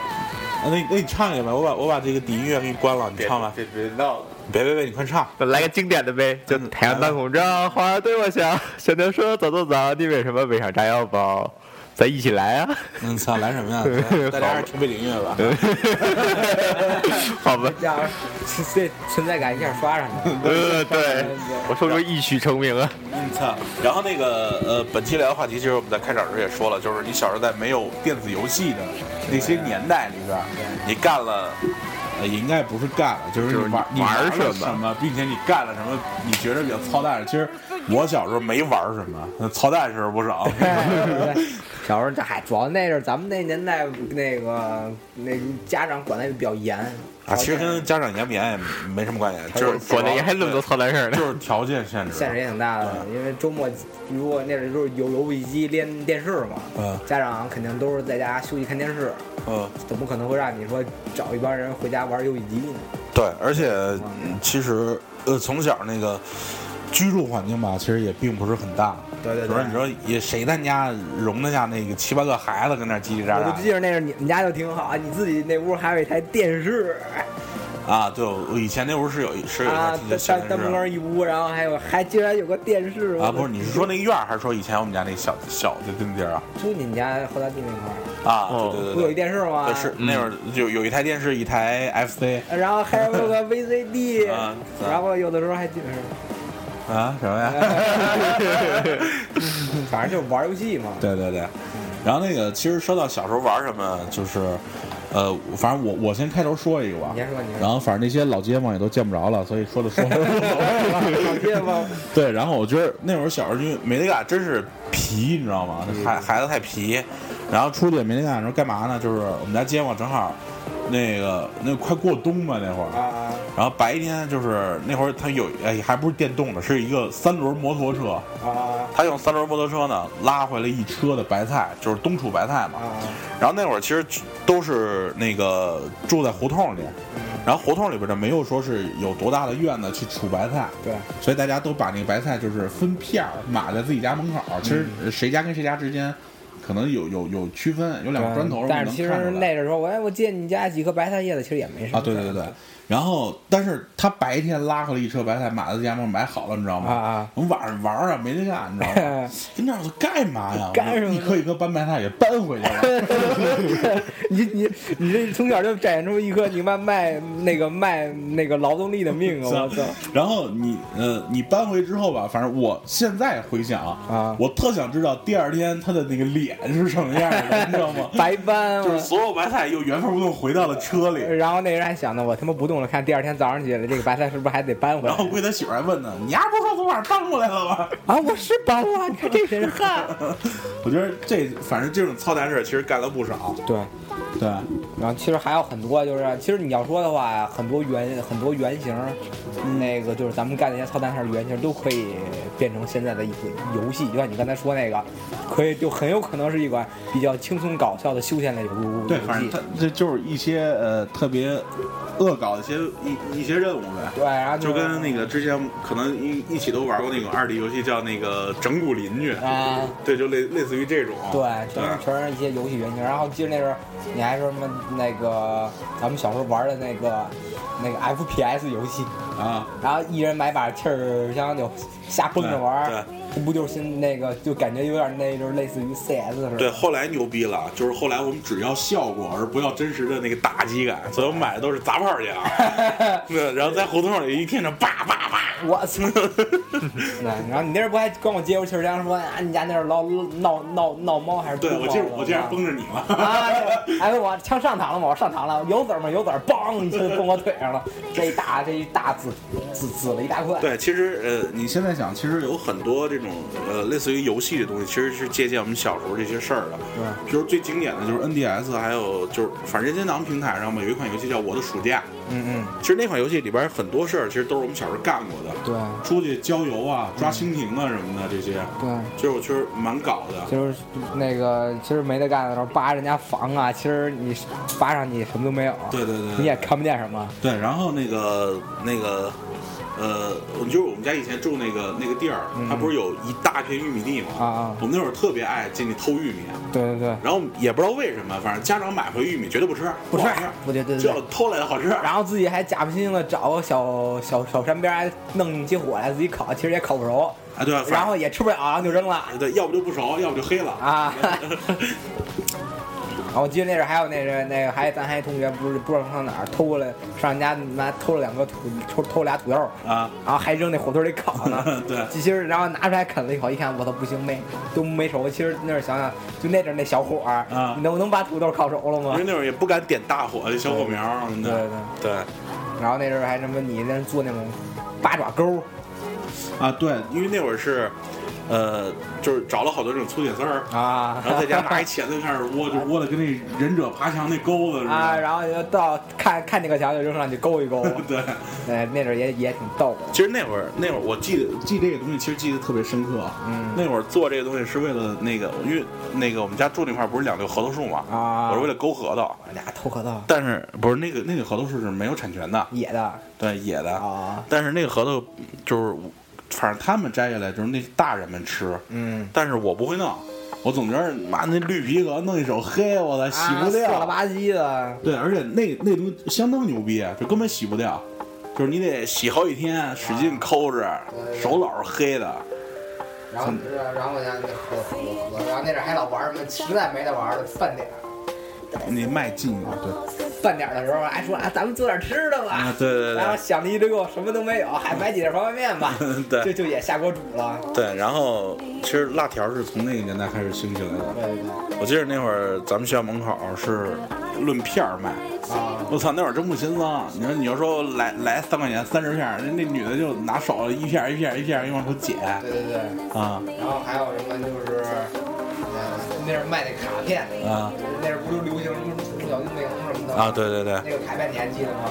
那那你唱一个吧，我把我把这个底音乐给你关了，你
别
唱吧，
别别闹了。
别别别，你快唱。
来个经典的呗，就
嗯
太阳当空照，花儿对我笑。小牛说：“早走早，你为什么背上炸药包？咱一起来啊
嗯，操，来什么呀？ 大家还是听背景音乐吧。！”
好吧，
这样这存在感一下刷上 去。
呃，对，我说出一曲成名啊。
嗯，操。然后那个呃，本期聊的话题，其实我们在开场时也说了，就是你小时候在没有电子游戏的那些年代里边，你干了。呃，也应该不是干了，就是
就是
你玩
你玩
了
什么
什么，并且你干了什么，你觉得比较操蛋的。其实我小时候没玩什么，呃操蛋事儿不少。
小时候这还主要那阵儿咱们那年代那个那家长管的比较严
啊，其实跟家长严不严也没什么关系，就是
国内还那么多操蛋事儿呢。
就是条件限制。
限制也挺大的，
嗯
因为周末如果那阵儿就是有游戏机连电视嘛，
嗯
家长肯定都是在家休息看电视，
嗯，
怎么可能会让你说找一帮人回家玩游戏机呢？
对，而且嗯其实呃，从小那个居住环境吧，其实也并不是很大。
对对
主要你说也谁他家容得下那个七八个孩子跟那儿叽叽喳
我就记
喳
着那阵儿你们家就挺好，你自己那屋还有一台电视
啊？对，我以前那屋是有一是有一
啊
台机，小
单
电
单
视
木
的
杆一屋，然后还有还竟然有个电视
啊，不是，你是说那个院儿，还是说以前我们家那小小的那地儿啊？
就你们家后大地那块儿
啊，
哦
对对
不有
对对，
一电视吗？
对是那会儿有有一台电视，一台 FC
然后还有 个 VCD，
啊对
然后有的时候还就是，
啊什么呀？
反正就玩游 戏嘛。
对对对，然后那个其实说到小时候玩什么，就是，呃，反正我我先开头说一个吧，
你先说你先说
然后反正那些老街坊也都见不着了，所以说的说
老街坊，
对，然后我觉得那会儿小时候就没得干，真是皮，你知道吗？
嗯
孩孩子太皮，然后出去也没得干的时候干嘛呢？就是我们家街坊正好，那个那个快过冬嘛那会儿，
啊，
然后白天就是那会儿他有哎还不是电动的，是一个三轮摩托车，
啊
他用三轮摩托车呢拉回来一车的白菜，就是冬储白菜嘛。
啊
然后那会儿其实都是那个住在胡同里，
嗯
然后胡同里边呢没有说是有多大的院子去储白菜，
对，
所以大家都把那个白菜就是分片儿码在自己家门口。其实
嗯
谁家跟谁家之间可能有有有区分，有两个砖头，
但是其
我们
实
能看出来
那时候，哎，我借你家几颗白菜叶子，其实也没什么。
啊，对对对对。然后，但是他白天拉回来一车白菜，码在家门口买好了，你知道吗？
啊啊
我们晚上玩啊，没得干，你知道 吗？跟那儿我说干嘛呀？
干什么呢
一颗一颗搬白菜给搬回去了。
你你你这从小就展现出一颗你卖卖那个卖那个劳动力的命 啊！我操！
然后你呃，你搬回之后吧，反正我现在回想
啊？
我特想知道第二天他的那个脸是什么样的，你知道吗
白班，
就是所有白菜又原封不动回到了车里。
然后那人还想呢，我他妈不动了，看第二天早上起来这个白菜是不是还得搬回
然
来
后归他媳妇儿还问呢：“你丫不是说昨晚上搬过来了吗
啊？我是搬了，你看这身汗。？”
我觉得这反正这种操蛋事儿其实干了不少。
对，
对，
然后其实还有很多，就是其实你要说的话，很多原很多原型，
嗯
那个就是咱们干那些操蛋事儿的原型都可以变成现在的一个游戏，就像你刚才说那个，可以就很有可能是一款比较轻松搞笑的休闲类游游
对，反正
戏
他。这就是一些呃特别恶搞的一些一一些任务呗。
对，然后
就跟那
个
个之前可能一一起都玩过那种二 D 游戏，叫那个整蛊邻居，
啊。
对，就类类似于这种。啊
对，
对
全是全是一些游戏原型。然后记得那时候你还说什么那个咱们小时候玩的那个那个 FPS 游戏，
啊，
然后一人买把气儿枪就瞎蹦着玩
对
儿，这不就是新那个就感觉有点那就是类似于 CS 似的。
对，后来牛逼了，就是后来我们只要效果而不要真实的那个打击感，所以我们买的都是杂炮去 啊。对，然后在胡同里一听着叭叭叭，
我操！对，然后你那时候不还管我接过气儿枪说啊，你家那是闹闹闹闹猫还是
对
疯
我
猫
竟
了
我竟然
吧
绷着你了。
啊！对哎，我枪上膛了吗？我上膛了，有籽儿吗？有籽儿，梆一下就蹦我腿 上了，这一大这一大紫紫紫了一大块。
对，其实呃，你现在想，其实有很多这种呃，类似于游戏的东西，其实是借鉴我们小时候这些事儿的。
对，
比如最经典的就是 NDS，还有就是反正任天堂平台上嘛，有一款游戏叫《我的暑假》。
嗯
其实那款游戏里边很多事儿，其实都是我们小时候干过的
嗯，，对嗯
出去郊游啊、抓蜻蜓啊什么的，这些，
对。
其实我确实蛮搞的。
就是那个，其实没得干的时候扒人家房啊，其实你扒上你什么都没有，
对对对
你也看不见什么。
对，然后那个那个，呃，我就是我们家以前住那个那个地儿，它不是有一大片玉米地嘛？
嗯啊啊
我们那会儿特别爱进去偷玉米，
对对对，
然后也不知道为什么，反正家长买回玉米绝对不吃，
不
好
吃不对对对
只有偷来的好吃。
然后自己还假不惺惺的找个小小小山边儿，还弄起火来自己烤，其实也烤 不熟，
啊，对，反
然后也吃不了，然后就扔了。
对，要不就不熟，要不就黑了
啊 然后我记得那阵儿还有那阵那个还咱还同学不是不知道上哪儿偷过来，上人家拿偷了两个土偷偷了俩土豆儿，
啊！。
然后还扔那火堆里烤呢
对
其实然后拿出来啃了一口，一看我操不行，没都没熟。其实那会儿想想，就那阵儿那小火儿，
啊
你能能把土豆烤熟了
因
吗
为？那会儿也不敢点大火，小火苗儿什么的。对
然后那阵儿还什么你那做那种八爪钩儿，
啊，对，因为那会儿是，呃，就是找了好多这种粗铁丝儿
啊
然后在家拿一钳子就开始窝，就窝的跟那忍者爬墙那钩子似的。
啊，然后就到看看这个墙就扔上去勾一 勾。
对，
哎，那阵儿也也挺逗的。
其实那会儿那会儿我记得记这个东西，其实记得特别深刻。嗯，那会儿做这个东西是为了那个，因为那个我们家住那块儿不是两溜核桃树嘛，
啊
我是为了勾核桃。
俩偷核桃
但是不是那个那个核桃树是没有产权的，
野的
对野的
啊
但是那个核桃就是，反正他们摘下来就是那大人们吃，
嗯，
但是我不会弄，我总觉得妈那绿皮核弄一手黑，我操，洗
啊
不
色了
掉。
吧唧的。
对，而且那那东西相当牛逼，就根本洗不掉，就是你得洗好几天，使劲抠着，手老是黑的。
然后然后我家喝喝喝，然后那阵儿还老玩儿什么，实在没得玩儿了，饭点儿。
你迈进啊，对
饭点儿的时候还说啊，咱们做点吃的吧。
啊，对对
然后
对，
想了一溜，什么都没有，还买几袋方便面 吧
对
就就也下锅煮了。
对，然后其实辣条是从那个年代开始兴起来的。
对对
我记得那会儿咱们学校门口是论片儿卖，
啊，
我操，那会儿真不嫌脏。你说你要说来来三块钱三十片儿，那那女的就拿手一片儿一片儿一片儿一往口捡
对对对。
啊
然后还有什么就是，呃那是卖那卡片，
啊
那是不是流行什么楚小军那红什么的
啊！对对对，
那个卡片你还记得 吗？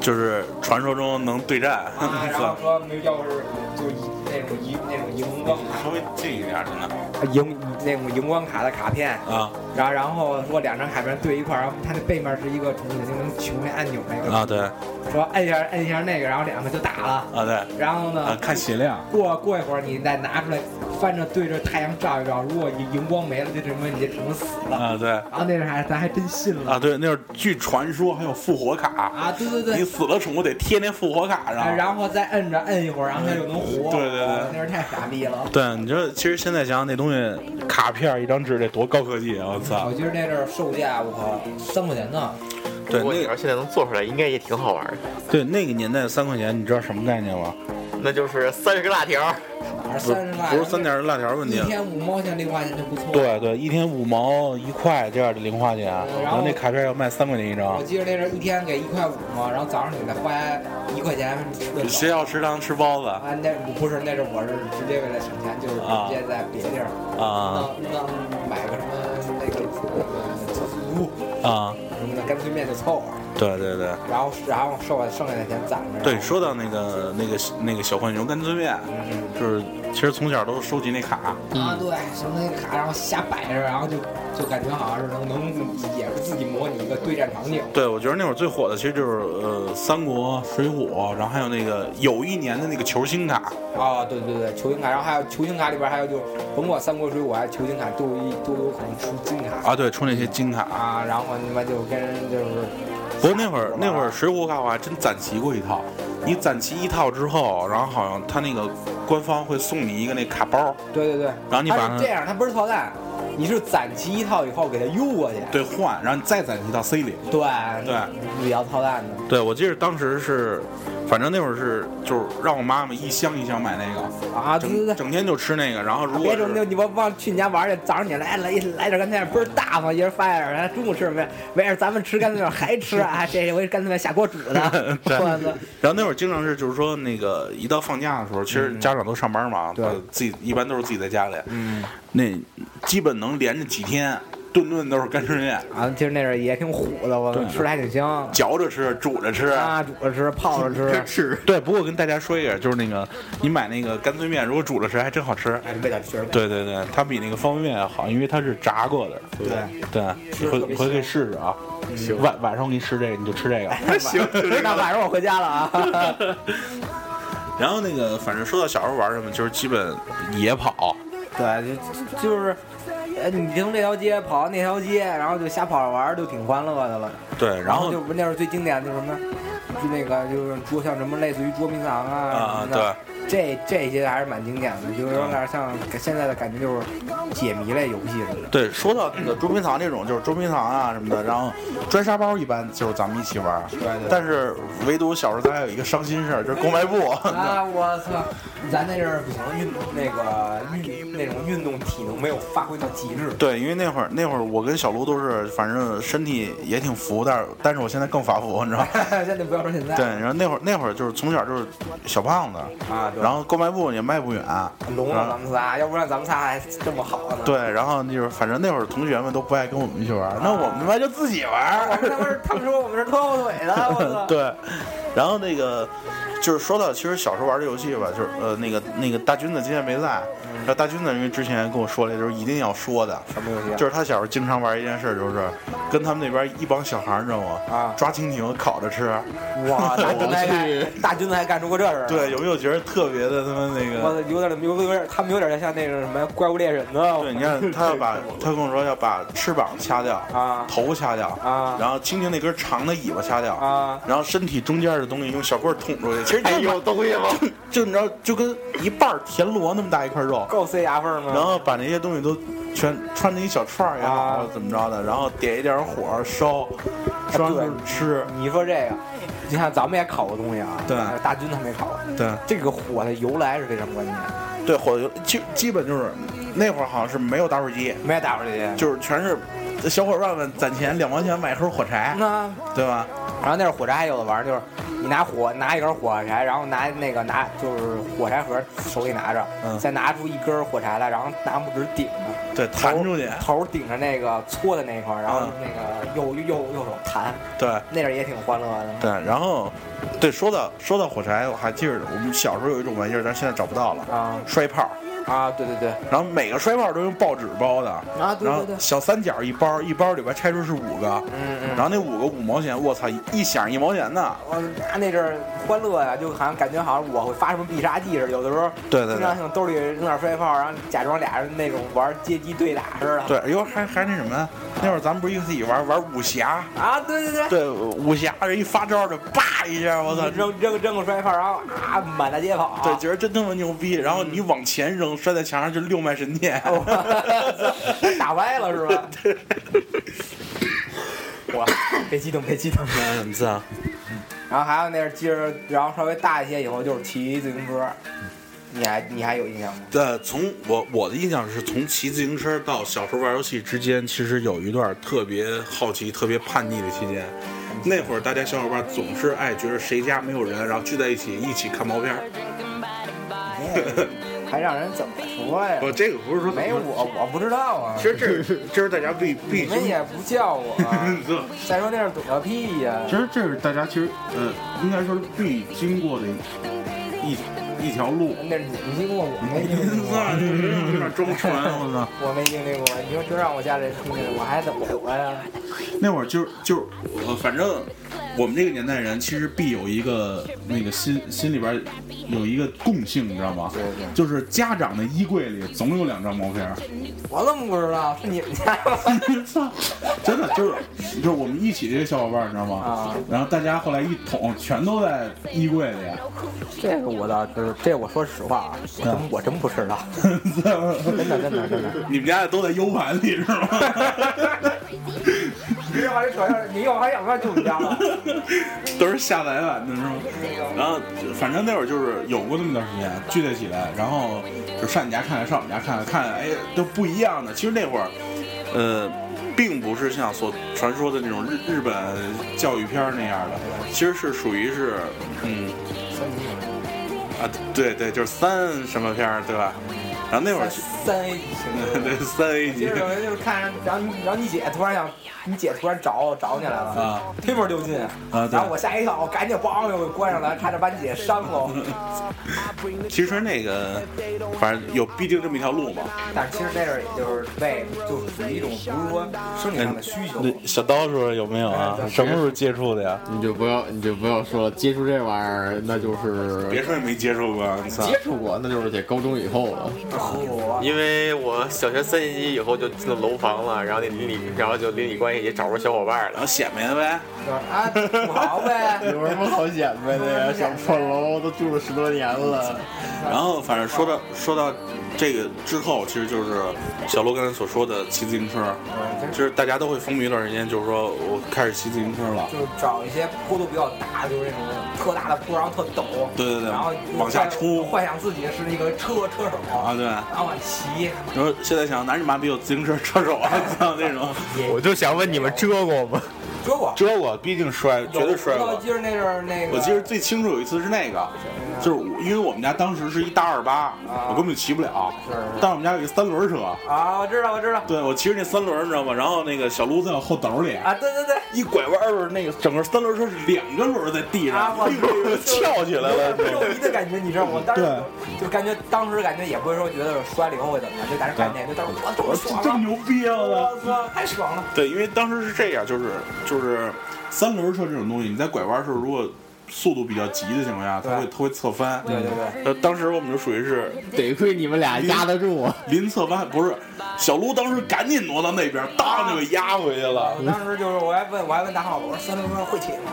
就是传说中能对 战。
啊，然后
操
说没要是就一那种荧那种荧光
稍微近一点儿，真的
卡，荧那种荧光卡的卡片，
啊
然后然后说两张卡片对一块儿，然后它的背面是一个楚小军能球那按钮那个
啊对啊
说摁一下摁一下那个，然后两个就打了。
对
然后
啊
呢，
看血量
过过一会儿你再拿出来，翻着对着太阳照一照，如果你荧光没了，就证明你这城死了。
啊，对
然后那阵还咱还真信了
啊，对，那是据传说还有复活卡，
啊，对对
你
对，
死了宠物得贴那复活卡
啊
上。
然后再摁着摁一会儿，然后它就能活。
对对对
啊那是太傻逼了。
对，你说其实现在想想那东西，卡片儿一张纸得多高科技啊！我操
我，记得那阵儿售价，我靠，三块钱呢。
对
不过
那
你要现在能做出来，应该也挺好玩的。
对那个年代三块钱，你知道什么概念吗？
那就是三十个辣条，
还是
不
三十块，
不是三点儿辣条问
一
题，啊
天五毛钱零花钱就不错。，
对对，一天五毛一块这样的零花钱，啊然后那卡片要卖三块钱一张
我。记得那阵儿一天给一块五嘛，然后早上起来花一块钱吃
谁
顿
要食堂吃包子
啊，那不是，那是我是直接为了省钱，就是
啊
直接在别地儿
啊
弄弄买个什么那个呃自助
啊？
什么的干脆面就凑合，
对对对
然后然后剩下剩下的钱攒着。
对，说到那个那个那个小浣熊干脆面，
嗯
就是其实从小都收集那卡，
啊，对，什么那个卡，然后瞎摆着，然后就就感觉好像是能能也是自己模拟一个对战场景。
对，我觉得那会儿最火的其实就是呃三国、水浒，然后还有那个有一年的那个球星卡，
啊，对对对，球星卡，然后还有球星卡里边还有就甭管三国水浒还是球星卡，都有一都有可能出金卡
啊，对，出那些金卡。
啊，然后你们就跟人就是
不过那会儿那会儿水浒卡我还真攒齐过一套，你攒齐一套之后，然后好像他那个官方会送你一个那卡包，
对对对，
然后你把
它
它
是这样，它不是套蛋，你是攒齐一套以后给它邮过去，
对换，然后你再攒齐到 C 里。
对
对，
比较套蛋的。
对，我记得当时是，反正那会儿是就是让我妈妈一箱一箱买那个，
啊，对对
整
对。
整天就吃那个。然后如果
啊别整
是
就你们忘去你家玩去，早上起来来来点干脆面，倍儿大方，一人发一点儿。哎中午吃什么呀？没事，咱们吃干脆面还吃啊？这回干脆面下锅煮的，我操！
然后那会儿经常是就是说那个一到放假的时候，其实家长都上班嘛，
对
呃自己一般都是自己在家里，嗯，那基本能连着几天，顿顿都是干脆面，
啊，其实那阵儿也挺虎的，我
对
吃的还挺香。
嚼着吃，煮着吃。
啊，煮着吃，泡着吃，
吃
对，不过跟大家说一下，就是那个你买那个干脆面，如果煮着吃还真好吃。
哎，味道确实
对对对，它比那个方便面好，因为它是炸过的。对对，你回你回可以试试啊。
行
晚晚上我给你试这个，你就吃这个。
行，
那晚上我回家了啊。
然后那个，反正说到小时候玩什么，就是基本野跑。
对，就就是，呃，你从这条街跑到那条街，然后就瞎跑着玩儿，就挺欢乐的了。
对，然后
就不那时候最经典的就是什么，就那个就是捉像什么类似于捉迷藏啊
啊
什么的。这这些还是蛮经典的，就是有点像现在的感觉，就是解谜类游戏似的。
对，说到那个捉迷藏这种，就是捉迷藏啊什么的，然后摔沙包一般就是咱们一起玩儿。
对
但是唯独小时候咱还有一个伤心事儿，就是购买部。
啊！我操，咱那阵儿不行，运那个运那种运动体能没有发挥到极致。
对，因为那会儿那会儿我跟小卢都是，反正身体也挺浮，但是但是我现在更发福，你知道吗？
现在不要说现在，
对，然后那会儿那会儿就是从小就是小胖子，
啊，对
然后购买部也卖不远，
聋
然
了
后
啊咱们仨，要不然咱们仨还这么好呢。，
啊对，然后就是反正那会儿同学们都不爱跟我们一起玩儿，那我们他妈就自己玩
我们
儿。
他们他们说我们是拖后腿的，我操！
对，然后那个就是说到其实小时候玩的游戏吧，就是呃那个那个大军子今天没在，
嗯
然后大军子因为之前跟我说了，就是一定要说的，
什么游戏啊
就是他小时候经常玩一件事，就是跟他们那边一帮小孩儿，你知道吗？
啊
抓蜻蜓烤着吃。
哇，大军子还
我
干大军子还干出过这事儿。，
对，有没有觉得特别的他妈那个？
我操，有点有有点，他们有点像那个什么怪物猎人呢。
对，你看他要把他跟我说要把翅膀掐掉，
啊
头掐掉，
啊
然后蜻蜓那根长的尾巴掐掉，
啊
然后身体中间的东西用小棍儿捅出去，其实
哎
就
有东西吗？
就你知道，就跟一半儿田螺那么大一块肉，
够塞牙缝吗？
然后把那些东西都全穿成一小串儿也好，
啊
怎么着的，然后点一点火烧，烧完之后吃，
你说这个，你看咱们也烤过东西啊，
对
大军他没烤过。
对
这个火的由来是非常关键，
对，火就基基本就是那会儿好像是没有打火机，
没打过这些。
就是全是小伙伴们攒钱两毛钱买一盒火柴，
那
对吧？
然后那会儿火柴还有的玩，儿，就是你拿火拿一根火柴，然后拿那个拿就是火柴盒手里拿着，
嗯
再拿出一根火柴来，然后拿拇指顶着，
对，弹出去，
头儿顶着那个搓的那块儿，然后
嗯
那个右右右手弹，
对。
那阵儿也挺欢乐的。
对，然后，对，说到说到火柴，我还记着我们小时候有一种玩意儿，但是现在找不到了，
啊
摔炮。
啊，对对对，
然后每个摔帽都用报纸包的
啊对
然后
对对
小三角一包，一包里边拆出是五个，嗯嗯，然后那五个五毛钱，我操，一响一毛钱呢，
我那那阵儿欢乐呀，就好像感觉好像我会发什么必杀技似的，有的时候
对对对
经常性兜里扔点摔炮，然后假装俩人那种玩街机对打似的。
对，哟还还那什么，那会儿咱们不是一起玩玩武侠，
啊，对对对，
对武侠人一发招就叭一下，我操，
扔扔扔个摔炮，然后啊满大街跑。
对，觉得真他妈牛逼，然后你往前扔，摔在墙上就六脉神剑，
打歪了是吧？哇，别激动，别激动。
嗯，操，
然后还有那是接着，然后稍微大一些以后就是骑自行车，你还你还有印象吗？
对，从我我的印象是从骑自行车到小时候玩游戏之间，其实有一段特别好奇、特别叛逆的期间。那会儿大家小伙伴总是爱觉得谁家没有人，然后聚在一起一起看毛片儿。
还让人怎么说呀？
我这个不是说
没有我，我不知道啊。
其实这是这是大家必必
你们
经。
也不叫我啊、 再说那是躲个屁呀、
其实这是大家其实呃，应该说是必经过的一一条路。
那是你们经过，我
哎
没经过，
就是有点装啊纯， 我操！
我没经历过。你说就让我家人听见，我还怎么活呀？
那会儿就是就是，呃，反正我们这个年代人其实必有一个那个心心里边有一个共性，你知道吗？就是家长的衣柜里总有两张毛片儿。 哎
我怎么不知道？是你们家吗？
操，真的就是就是我们一起这些小伙伴儿，你知道吗？
啊
然后大家后来一捅，全都在衣柜里。啊
这个我倒知，这我说实话啊，我
嗯
真我真不知道，真的真的真的。
你们家都在 U 盘里是吗？
你这玩意扯上，你一会儿还想不想去我们 家了？
都是下载版的是吗？然后反正那会儿就是有过那么段时间聚在起来，然后就上你家看看，上我们家看看，看哎都不一样的。其实那会儿，呃，并不是像所传说的那种日日本教育片儿那样的，其实是属于是嗯啊对对，就是三什么片儿对吧？然后那会儿
三 A 型 的
对三 A 级
接着有人就是看，然后你然后你姐突然想，你姐突然找我找你来了
啊，
推门就进，
对
然后我吓一跳，我赶紧梆又给关上了，差点把你姐扇了。
其实那个反正有必经这么一条路嘛。
但是其实那阵儿也就是为，就是属于一种不是说生理上的需求，
那小刀叔有没有啊？什么时候接触的呀？
你就不要，你就不要说了，接触这玩意儿，那就是哎
别说你没接触过，啊你操！
接触过，那就是得高中以后了。
我
因为我小学三年级以后就进了楼房了，然后那邻里，然后就邻里关系也找着小伙伴
然
了。
后显摆呗，
啊土豪 呗，
有什么好显摆的呀？小破楼都住了十多年了，
然后反正说到说到这个之后，其实就是小罗刚才所说的骑自行车，
嗯
就是大家都会风靡一段时间，就是说我开始骑自行车了，
就是找一些坡度比较大，就是那种特大的坡，然后特陡，
对对对
然后
往下冲
幻想自己是一个车车手
啊对
然后往骑，
然后现在想，哪你妈逼有自行车车手啊， 操那种
我就想问你们遮过吗？
遮过，
这我毕竟摔，绝对摔
有我
过
记。得那阵儿那个，
我记得最清楚有一次是那个，就是我因为我们家当时是一大二八，我根本就骑不了，但是我们家有一个三轮车，
啊，我知道我知道
对我骑着那三轮儿，你知道吗？然后那个小卢在我后斗里，
啊，对对对。
一拐弯儿，那个整个三轮车是两个轮儿在地
啊
上，
我
翘起来了。
有点肉迷的感觉，你知道吗？我当时就感觉当时感觉也不会说觉得摔了以后会怎么样，就感觉感觉就当时我操，
我
多
操，
爽
这
啊！
牛逼啊！我
我操，太爽了！
对，因为当时是这样，就是就是三轮车这种东西，你在拐弯的时候，如果速度比较急的情况下，它会
对
它会侧翻。
对对对，
呃，当时我们就属于是
得亏你们俩压得住。
临侧翻，不是小卢当时赶紧挪到那边，当就给压回去了。
我当时就是我还问我还问大浩，我说三轮车会骑吗？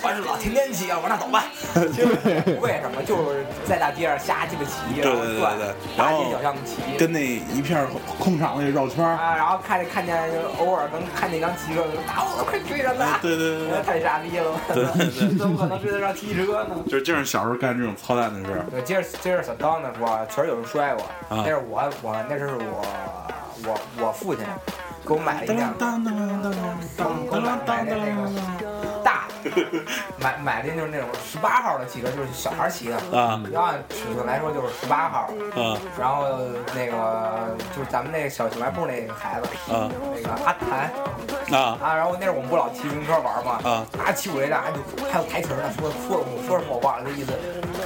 我是老天天骑啊，我说那走吧。就是为什么就是在大街上瞎鸡巴骑，然后
对对对
转
对，
大
然后
街小巷子骑。
跟那一片儿空场里绕圈儿，
啊，然后看见看见，就偶尔能看见一辆汽车，就说大伙快追上他！
对对对对
太傻逼了，
对对对
怎么可能追得上汽车呢？
就是就是小时候干这种操蛋的事儿。
对，接着接着小刀呢说，确实有人摔过，
啊
那是我我那是我我我父亲给我买了一辆
当当当
给我买买的那个大的，买买的就是那种十八号的汽车，就是小孩骑的。
啊
要按尺寸来说就是十八号，
啊
然后那个就是咱们那个小小卖部那个孩子，
啊
那个阿谭
啊！
啊，然后那会儿我们不老骑自行车玩嘛，
啊
他骑我这辆还就还有台词儿呢，说说我说什么我忘了，那意思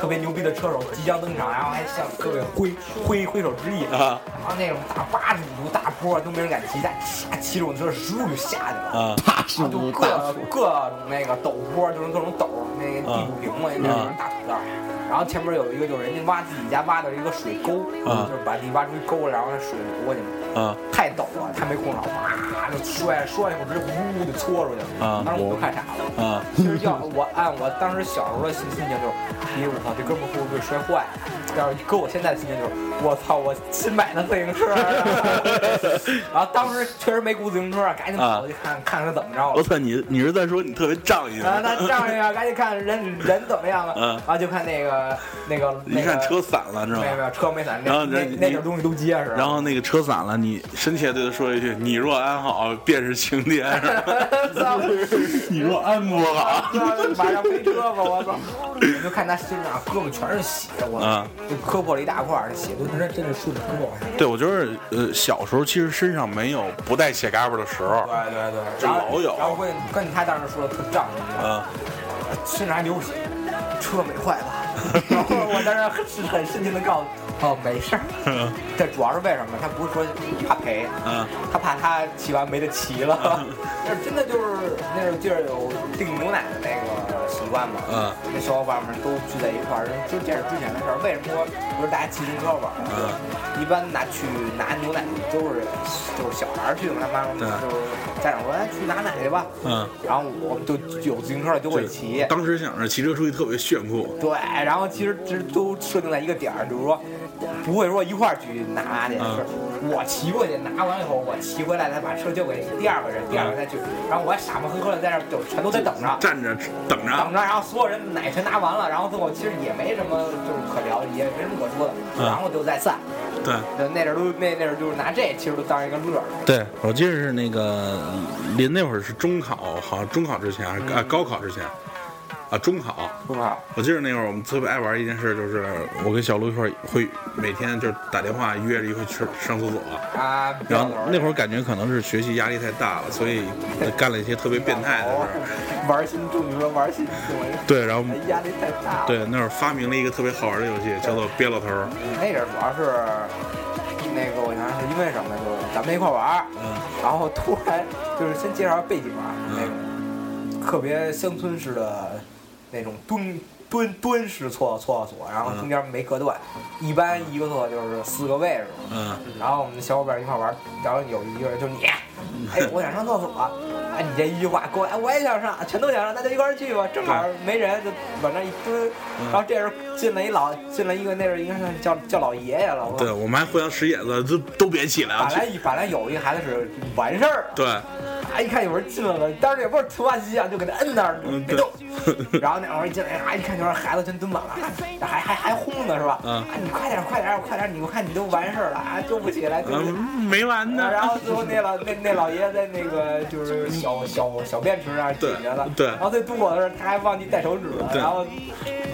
特别牛逼的车手即将登场，然后还向各位挥挥挥手致意
啊
然后那种大八十五度大坡都没人敢骑，但唰骑着我们车嗖就下去了。
啊，
八十
就
五
各
大
各种那个陡坡，就是各种陡，那个地不平嘛，
啊
那种大土道。然后前面有一个就是人家挖自己家挖的一个水沟，
啊
就是把地挖出一沟来，然后那水流过去嘛。
啊
太陡了，他没控制好，啪就摔摔一会儿，直接呼呼就搓出去了。
啊
当时我都看傻了。
啊，
其实要我按我当时小时候的心心情就是，哎我操，这哥们儿会不会摔坏？要是搁我现在的心情就是，我操，我新买的自行车。啊 然后当时确实没顾自行车，赶紧
啊
跑去看看看他怎么着了
我。操，你你是在说你特别仗义
然后他
吗？
上去啊，赶紧看人人怎么样了，
嗯
然后就看那个那个，
你一看车散了是
没有没
吧？
有车没散，
然后
那那
人
那点东西都结实。
然后那个车散了，你深切对他说一句：“你若安好，便是晴天。 是吧
操，
你若安不好，
晚啊上飞车吧，我操！ 我就看他身上胳膊全是血，我
嗯
就磕破了一大块儿，血都真真是顺着胳膊往下。
对，我觉得呃，小时候其实身上没有不带血嘎巴的时候，
对对对，
这
然后
老有
然后关键关键他当时说的特仗义，
嗯，
身上还流血，车没 坏吧？然后我当时很是很深情的告诉他，哦，没事儿。这主要是为什么？他不是说怕赔，
嗯，
他怕他骑完没得骑了。但是真的 就是那种劲儿有订牛奶的那个习惯嘛，
嗯，
那小伙伴们都聚在一块儿，人就这是之前的事儿。为什么说不是大家骑自行车玩儿？
嗯
一般拿去拿牛奶都是就是小孩儿去嘛，他妈
对
就是家长说哎去拿奶去吧，
嗯，
然后我们就有自行车了就会骑。
当时想着骑车出去特别炫酷，
对，然后其实这都设定在一个点儿，就是说不会说一块儿去拿去，
嗯
是我骑过去拿完以后，我骑回来再把车交给第二个人，第二个人再去，然后我还傻不呵呵的在那儿就全都在等着。
站着等
等
着，
着，然后所有人奶全拿完了，然后最后其实也没什么就是可聊，的，也没什么可说的，
嗯
然后就再散。
对。
那那阵儿都那那阵儿就是拿这其实都当一个乐儿。
对，我记得是那个临那会儿是中考，好像中考之前还是啊高考之前啊中考。
不好，
我记得那会儿我们特别爱玩一件事，就是我跟小鹿一块儿会每天就是打电话约着一块儿去上厕所。
啊，
然后那会
儿
儿感觉可能是学习压力太大了，所以干了一些特别变态的事儿。
哦玩心重，你说玩心重，
对，然后
压力太大了。
对那会儿发明了一个特别好玩的游戏，叫做憋老头儿。
那阵儿主要是那个，我想想是因为什么，就是咱们一块儿玩儿，
嗯
然后突然就是先介绍背景啊，那种特别乡村式的那种蹲蹲蹲式厕厕所，然后
嗯
中间没隔断，一般一个厕所就是四个位置嘛。
嗯，
然后我们小伙伴一块玩儿，然后有一个人就是你， 哎，我想上厕所，哎，你这一句话给我，哎，我也想上，全都想上，那就一块儿去吧，正好没人，就往那一蹲，
嗯
然后这时候进来一老，进来一个那是应该是叫叫老爷爷了，我
对，我们还互相使眼色，都都别起来啊
本！来本来有一个孩子是完事儿了，
对，
啊，一看有人进来了，当时也不是突发奇想，就给他摁那儿
嗯
别动。然后那会儿一进来，啊，一看就是孩子全蹲满了，还还还轰呢是吧？
嗯
啊，你快点儿快点儿快点儿，你我看你都完事儿了啊，就不起来，对不对？
嗯，没完呢。
然后最后那老那那老爷爷在那个就是小小小便池上解决了，
对对
然后在渡口的时候他还忘记带手指了，
对
然后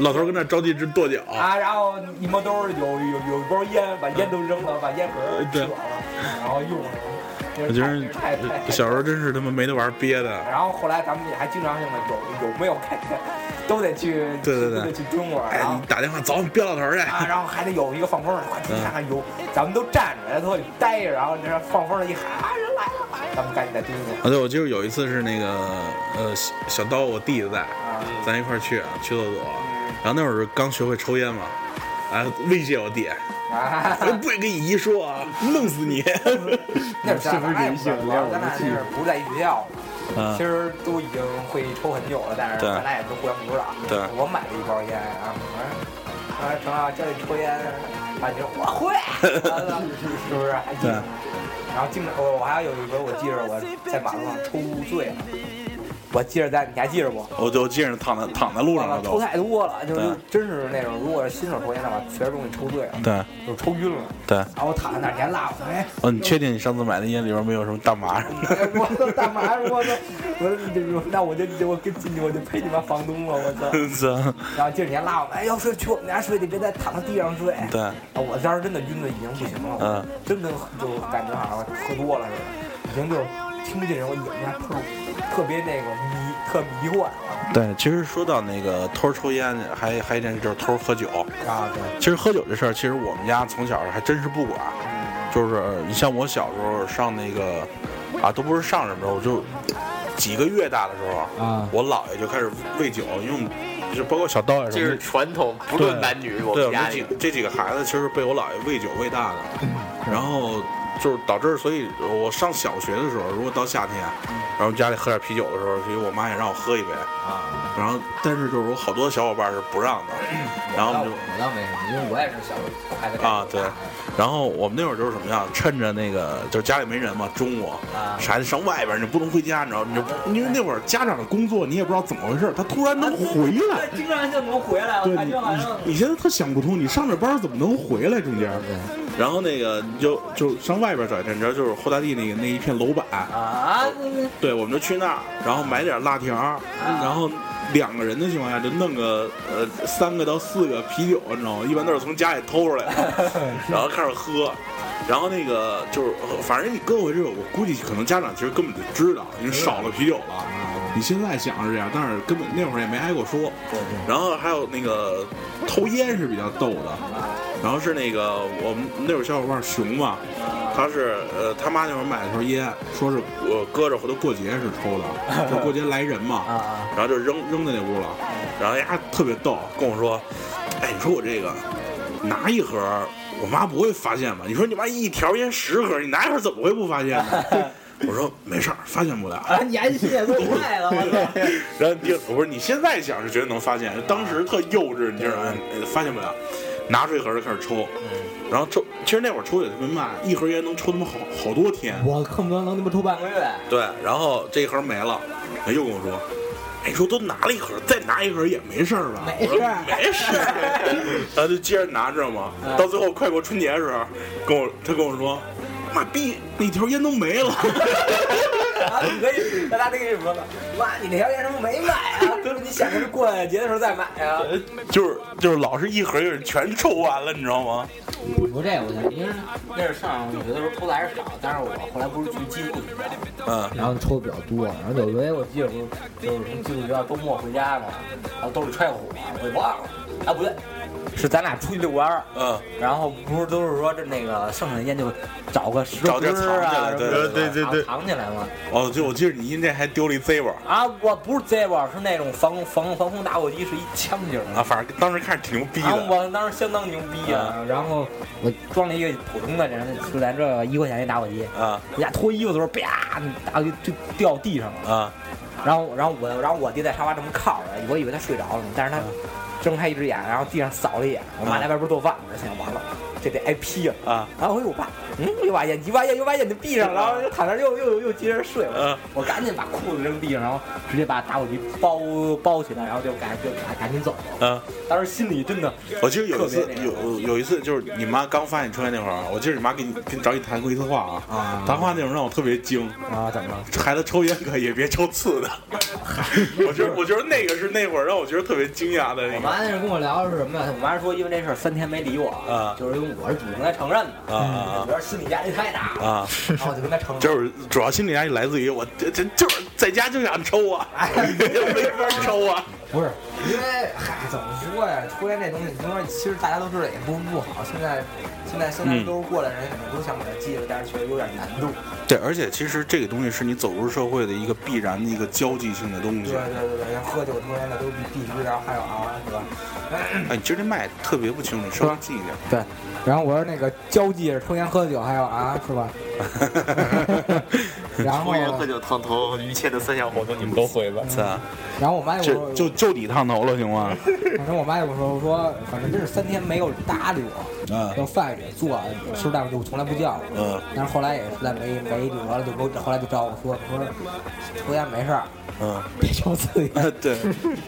老头儿跟那儿着急直跺脚。
啊，然后一摸兜儿有有有一包烟，把烟都扔了，把烟盒儿取
对
了，然后用上了。
我觉得
太太太
小时候真是他妈没得玩憋的。
然后后来咱们也还经常性的有有没有看见，都得去
对对对
都得去蹲会儿，
哎
然，后
你打电话找我们彪老头儿去。
啊，然后还得有一个放风的，快出去看看有，咱们都站着，在厕所里待着，然后这放风的一喊啊人来了，来了咱们赶紧再蹲去。
啊，对，我记得有一次是那个呃小小刀，我弟弟在，咱一块儿去啊去厕所，然后那会儿刚学会抽烟嘛，啊，威胁我弟，
啊，
我不许跟你姨说啊，弄死你。
那是咱俩也不是啊咱俩那是不在一学校，
嗯
其，实都已经会抽很久了，但是咱俩也都互相不知道。我买了一包烟啊，我说成啊，叫你抽烟，啊，你说我 会，是不是？还记得？然后经常我我还有一回，我记着我在马路上抽醉了，我记着在你还记着不？
我就记着躺
嗯
在躺在路上了
抽
都。
太多了，就是真是那种，如果是新手抽烟的话，确实容易抽醉了，
对
就抽晕了。
对，
然后我躺在那儿，你还拉我，哎，
哦，你确定你上次买的烟里边没有什么大麻什么的？
哎我操，大麻！我操！我说你我那我就我跟我就配你妈房东了，我操！然后接着人家拉我们，哎，要睡去我们家睡，你别再躺到地上睡。
对
啊，我当时真的晕的已经不行了，
嗯，
真跟就感觉好像喝多了似的，已经就是
听这种你们特特别那个迷特迷幻
对，其实说到那个偷抽烟，还还有一件事就是偷喝酒。
啊，对，
其实喝酒这事儿，其实我们家从小还真是不管。
嗯
就是你像我小时候上那个啊，都不是上什么时候，我就几个月大的时候
啊
我姥爷就开始喂酒，因为就包括小刀也
这是传统，不
对
论男女，我
对，我
们家
们
里
几这几个孩子其实被我姥爷喂酒喂大的，然后就是导致，所以我上小学的时候，如果到夏天，然后家里喝点啤酒的时候，所以我妈也让我喝一杯，
啊，
然后但是就是我好多小伙伴是不让的，然后我
倒
们就。
我倒没什么，因为我也是小孩子
啊，对，然后我们那会儿就是什么呀？趁着那个就是家里没人嘛，中午
啊
孩子上外边儿，你不能回家，你知道吗？你就因为那会儿家长的工作，你也不知道怎么回事儿，他突然能回来，
经常就能回来，我
对
感
你
觉好像
你，你现在特想不通，你上着班儿怎么能回来中间儿？然后那个你就就上外边儿找一天，你知道就是后大地那个那一片楼板，
啊，嗯
对，我们就去那儿，然后买点辣条儿，然后两个人的情况下就弄个呃三个到四个啤酒，你知道吗？一般都是从家里偷出来 的，然后开始喝。然后那个就是，呃反正你搁回去，我估计可能家长其实根本就知道，因为少了啤酒了。你现在想是这样，但是根本那会儿也没挨过说。然后还有那个偷烟是比较逗的，然后是那个我们那会儿小伙伴熊嘛，他是呃他妈那会儿买了条烟，说是呃搁着回头过节是抽的，就过节来人嘛，然后就扔扔在那屋了，然后丫特别逗，跟我说，哎你说我这个拿一盒，我妈不会发现吧？你说你妈一条烟十盒，你拿一盒怎么会不发现呢？我说没事儿，发现不了。
啊，你还心眼够快了，我操！
然后你我说你现在想是绝对能发现，当时特幼稚，你知道吗？呃发现不了，拿出一盒就开始抽，然后抽，其实那会儿抽也特别慢，一盒烟能抽他妈好好多天。
我恨不得能他妈抽半个月。
对，然后这一盒没了，他又跟我说。哎，说都拿了一盒，再拿一盒也没事儿吧？嗯没事，没事儿。然后就接着拿着嘛，到最后快过春节的时候，跟我他跟我说，妈逼，那条烟都没 了。
啊，你可以，大家都跟你说了，妈，你那条烟什么没买啊？哥们，你想着过节的时候再买啊？
就是就是老是一盒一盒全抽完了，你知道吗？
不这个我想，因为那是上学的时候抽的还是少，但是我后来不是去寄宿学校，
嗯，
然后抽的比较多，然后有一回我记得我就是从寄宿学校周末回家嘛，然后兜里揣火，我给忘了，啊不对，是咱俩出去遛弯儿。
嗯，
然后不是都是说这那个剩下的烟就找个石头
找地儿
堆儿
藏起来
啊，
对
什么的
对对对
藏藏起来嘛。
哦，就我记得你那天还丢了一 Z 本
啊，我不是 Zebra，是那种防防防空打火机，是一枪型的。
啊，反正当时看着挺牛逼
啊，
的。
我当时相当牛逼啊！然后我装了一个普通的，然后就咱这一块钱一打火机，
啊
我家脱衣服的时候，啪，打火机就掉地上了。
啊
然后，然后我，然后我爹在沙发这么靠着，我以为他睡着了呢，但是他睁开一只眼，然后地上扫了一眼。我妈
嗯
在外边做饭，我想完了，这得挨批了。
啊！
然后我说我爸，嗯，又把眼，一把眼，又把眼睛闭上，然后就躺那儿又又又接着睡
嗯
了。我赶紧把裤子扔地上，然后直接把打火机包包起来，然后就赶就赶赶紧走了。
嗯，
当时心里真的，
我记得有一
特
次
别那个
有有一次就是你妈刚发现你抽烟那会儿，啊我记得你妈跟你跟找你谈过一次话啊，谈话内容让我特别惊
啊怎么了？
孩子抽烟可以，别抽刺 的。我觉得我觉得那个是那会儿让我觉得特别惊讶的那个
我妈那是跟我聊的是什么呀？我妈说因为这事儿三天没理我，
啊
就是因为我是主动跟她承认的，
啊啊
我觉得心理压力太大
啊
了，
啊！
然后我就跟她承认。
就是主要心理压力来自于我这这就是在家就想抽啊，就没法抽啊。
不是，因为嗨，怎么说呀？抽烟这东西，你说其实大家都知道也不不好。现在现在虽然都是过来人，你们都想把它戒了，但是确实有点难度。
对，而且其实这个东西是你走入社会的一个必然的一个交际性的东
对对对对，像喝酒抽烟的都必必须的，还有啊，是吧？
哎，你今儿这麦特别不清楚，稍微近一点。
对。然后我说那个交际是抽烟喝酒，还有啊，是 吧？ 然后
抽烟、喝酒、烫头，一切的三项活动你们都会吧？
咱
然后我妈 又
就
说，
就就你烫头了，行 吗？
反正我妈又说，我说反正真是三天没有搭理我，
嗯
要饭也做，吃饭就从来不叫我。
嗯
但是后来也实在没没辙了，就给我后来就找我说说抽烟没事儿，
嗯，
别抽自己。
呃对。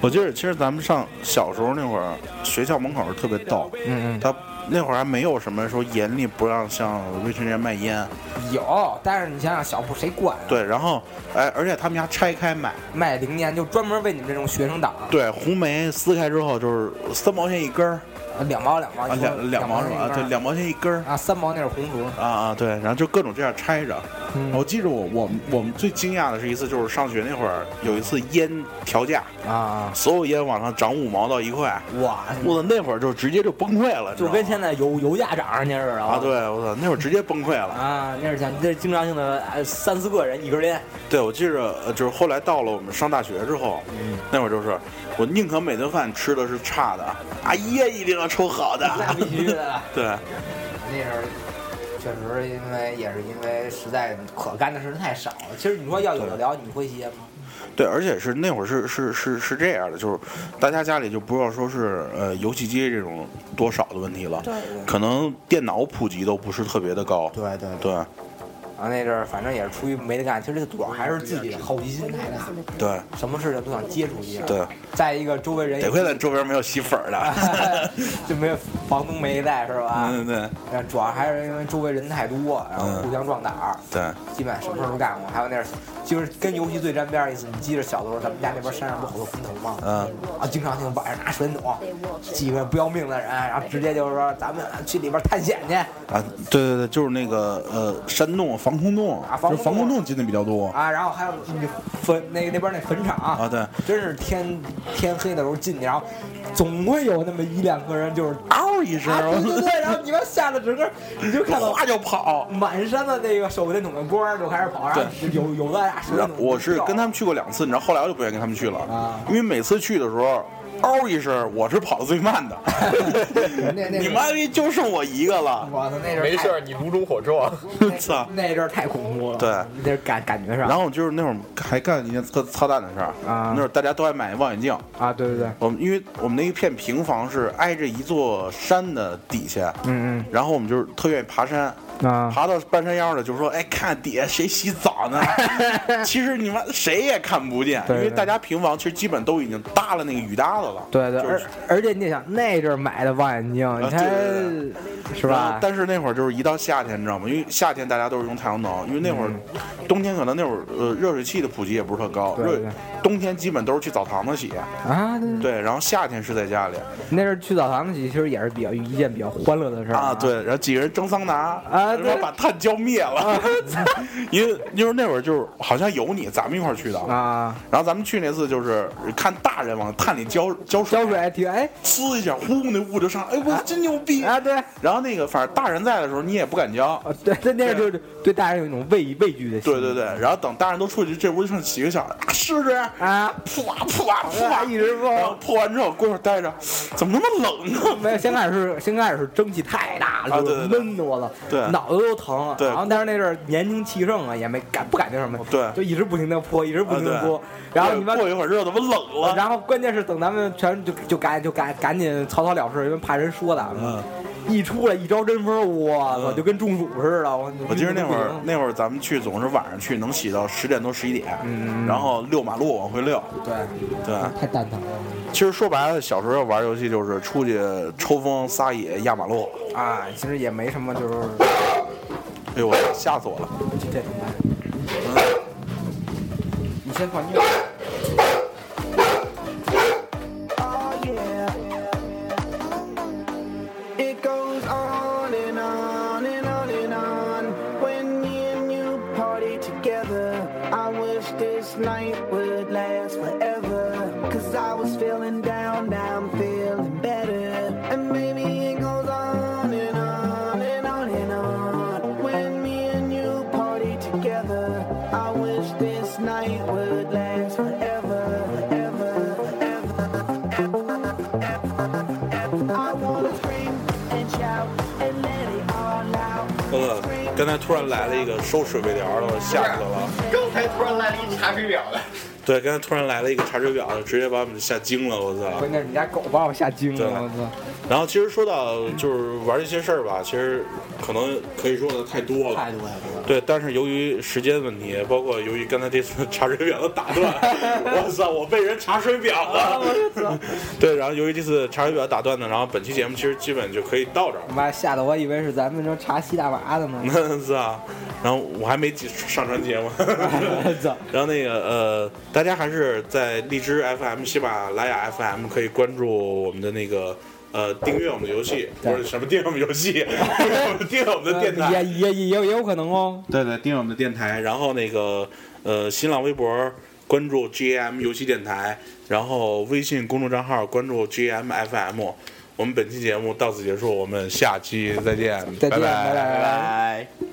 我记得，其实咱们上小时候那会儿，学校门口儿特别逗。
嗯
他那会儿还没有什么说严厉不让向未成年人卖烟，
嗯，有，但是你想想小布谁管啊？
对。然后，哎，而且他们家拆开买，
卖零烟就专门为你们这种学生党，
对，红梅撕开之后就是三毛钱一根儿，
呃两毛两毛，
啊，
你说
两两毛是吧？
一
啊
根儿
对，两毛钱一根儿。
啊，三毛那是红薯。
啊啊，对，然后就各种这样拆着，
嗯
我记着我我们我们最惊讶的是一次，就是上学那会儿有一次烟调价，
啊，
所有烟往上涨五毛到一块，
哇，
我操，那会儿就直接就崩溃了，
嗯就跟现
在
在油油价涨上去似的
啊，对我操，那会儿直接崩溃了。
啊，那是咱这是经常性的呃三四个人一根烟，
对，我记着，呃就是后来到了我们上大学之后，
嗯
那会儿就是我宁可每顿饭吃的是差的，啊，烟一定要抽好的。
那必须的。
对，
那是确实，因为也是因为实在可干的事太少了。其实你说要有的聊，你会歇吗？
对，而且是那会儿是是是是这样的，就是大家家里就不要说是呃游戏机这种多少的问题了，
对
可能电脑普及都不是特别的高。
对对对。
对
啊，那阵儿反正也是出于没得干，其实主要还是自己的好奇心太大，
对
什么事情都想接触一下。
对，
再一个周围人也
得亏咱周边没有吸粉儿的。
就没有房东没在是吧？
嗯，对
那呃主要还是因为周围人太多，然后互相壮胆儿，
嗯对，
基本什么事儿都干过。还有那是，就是跟游戏最沾边儿一次。你记着小的时候，咱们家那边山上不好多坟头吗？
嗯，
啊，经常性晚上拿水桶，几个不要命的人，然后直接就是说咱们去里边探险去
啊，对对对，就是那个呃山洞、防空洞，
啊防
就
空洞
是防空洞进的比较多。
啊。然后还有你坟那个那边那坟场啊
对
真是天天黑的时候进去，然后总会有那么一两个人就是。
嗷一声，
啊，对对对， 然后你们吓得整个，你就看到
哗就跑。
满山的那个手电筒的光儿就开始跑，然后有有的拿手电
然后
筒就
我是
掉
跟他们去过两次，你知道，后来我就不愿意跟他们去了，
啊
因为每次去的时候，嗷一声，我是跑的最慢的。
那那
你妈逼就剩我一个了，
我操，那阵儿
没
太
事儿，你炉中火壮。
操！
那阵儿太恐怖了，
对，
那感感觉上
然后就是那会儿还干一件特操蛋的事儿
啊
那会儿大家都爱买望远镜。
啊，对对对，
我们因为我们那一片平房是挨着一座山的底下，
嗯
然后我们就是特愿意爬山，
嗯啊，
爬到半山腰的就说：“哎，看底下谁洗澡呢？” 其实你妈谁也看不见，
对
因
对
为大家平房其实基本都已经搭了那个雨搭子了。
对对，
就是啊
而而且你想那阵儿买的望远镜，
对
你看
对
是
然后
吧？
但是那会儿就是一到夏天，你知道吗？因为夏天大家都是用太阳能，因为那会儿、冬天可能那会儿呃热水器的普及也不是特高，
嗯对对
热冬天基本都是去澡堂子洗，
啊，对，
对，然后夏天是在家里
那阵儿去澡堂子其实也是比较一件比较欢乐的事儿
啊，，对，然后几个人蒸桑拿
啊
然后
对啊
把炭浇灭了，因为因为那会儿就是好像有你，咱们一块儿去的。
啊，
然后咱们去那次就是看大人往炭里浇浇水，
浇水挺哎
呲一下，呼那雾就上，哎，我真牛逼！
啊，对。
然后那个反正大人在的时候你也不敢浇，
啊，对，那那阵儿就是对大人有一种畏畏惧的心
对对对，然后等大人都出去，这屋就剩几个小孩，啊试试，
啊，
噗啊噗啊噗
啊
啊，
一直泼
然后泼完之后，过会儿待着，怎么那么冷呢？
没有，先开始是先开始是蒸汽太大了，
啊
就
对
是
对对
闷得我了，
对
脑子都疼了。啊
对
然后但是那阵儿年轻气盛啊，也没感不感觉什么，
对
就一直不停的泼，一直不停的
啊对
泼。然后你
过
们，
过一会儿热，怎么冷了？
然后关键是等咱们全就就赶就赶赶紧草草了事，因为怕人说咱们
嗯。
一出来一招真风，我操，
嗯
就跟中暑似的。我
我记得那会儿
晕得不行
那会儿咱们去总是晚上去，能洗到十点多十一点，然后遛马路往回遛。
对，
对，
太蛋疼了。
其实说白了，小时候要玩游戏就是出去抽风撒野压马路。
啊，其实也没什么，就是
哎呦，我吓死我了！
就这种感觉。嗯你先换音乐。
Oh, It goes on and on and on and on. When me and you party together, I wish this night would last forever. Cause I was feeling down, now I'm feeling better. And maybe it goes on and on and on and on. When me and you party together, I wish this night would last forever, forever, forever. I wanna scream and shout and let it all out.
哥哥，刚才突然来了一个收水杯帘的，吓死我了！
啊刚才突然来了一查水表的。
对，刚才突然来了一个查水表的，直接把我们吓惊了，我操！
关键是你家狗把我吓惊了，
对
我操！
然后其实说到就是玩这些事儿吧，其实可能可以说的太多了，
太多太多了。
对。但是由于时间问题，包括由于刚才这次查水表的打断，我操，我被人查水表了。 对，然后由于这次查水表打断呢，然后本期节目其实基本就可以到这儿了。。
妈吓得我以为是咱们这查吸大麻的呢
那是啊，然后我还没记上传节目，
操
然后那个呃，大家还是在荔枝 FM、喜马拉雅 FM 可以关注我们的那个呃订阅我们的游戏，不是什么订阅我们游戏，订阅我们订阅我们的 电台，
也也也也也有可能哦。
对对，订阅我们的电台，然后那个呃，新浪微博关注 GM 游戏电台，然后微信公众账号关注 GMFM。我们本期节目到此结束，我们下期再见，
再
拜
见，拜
拜
拜。
拜。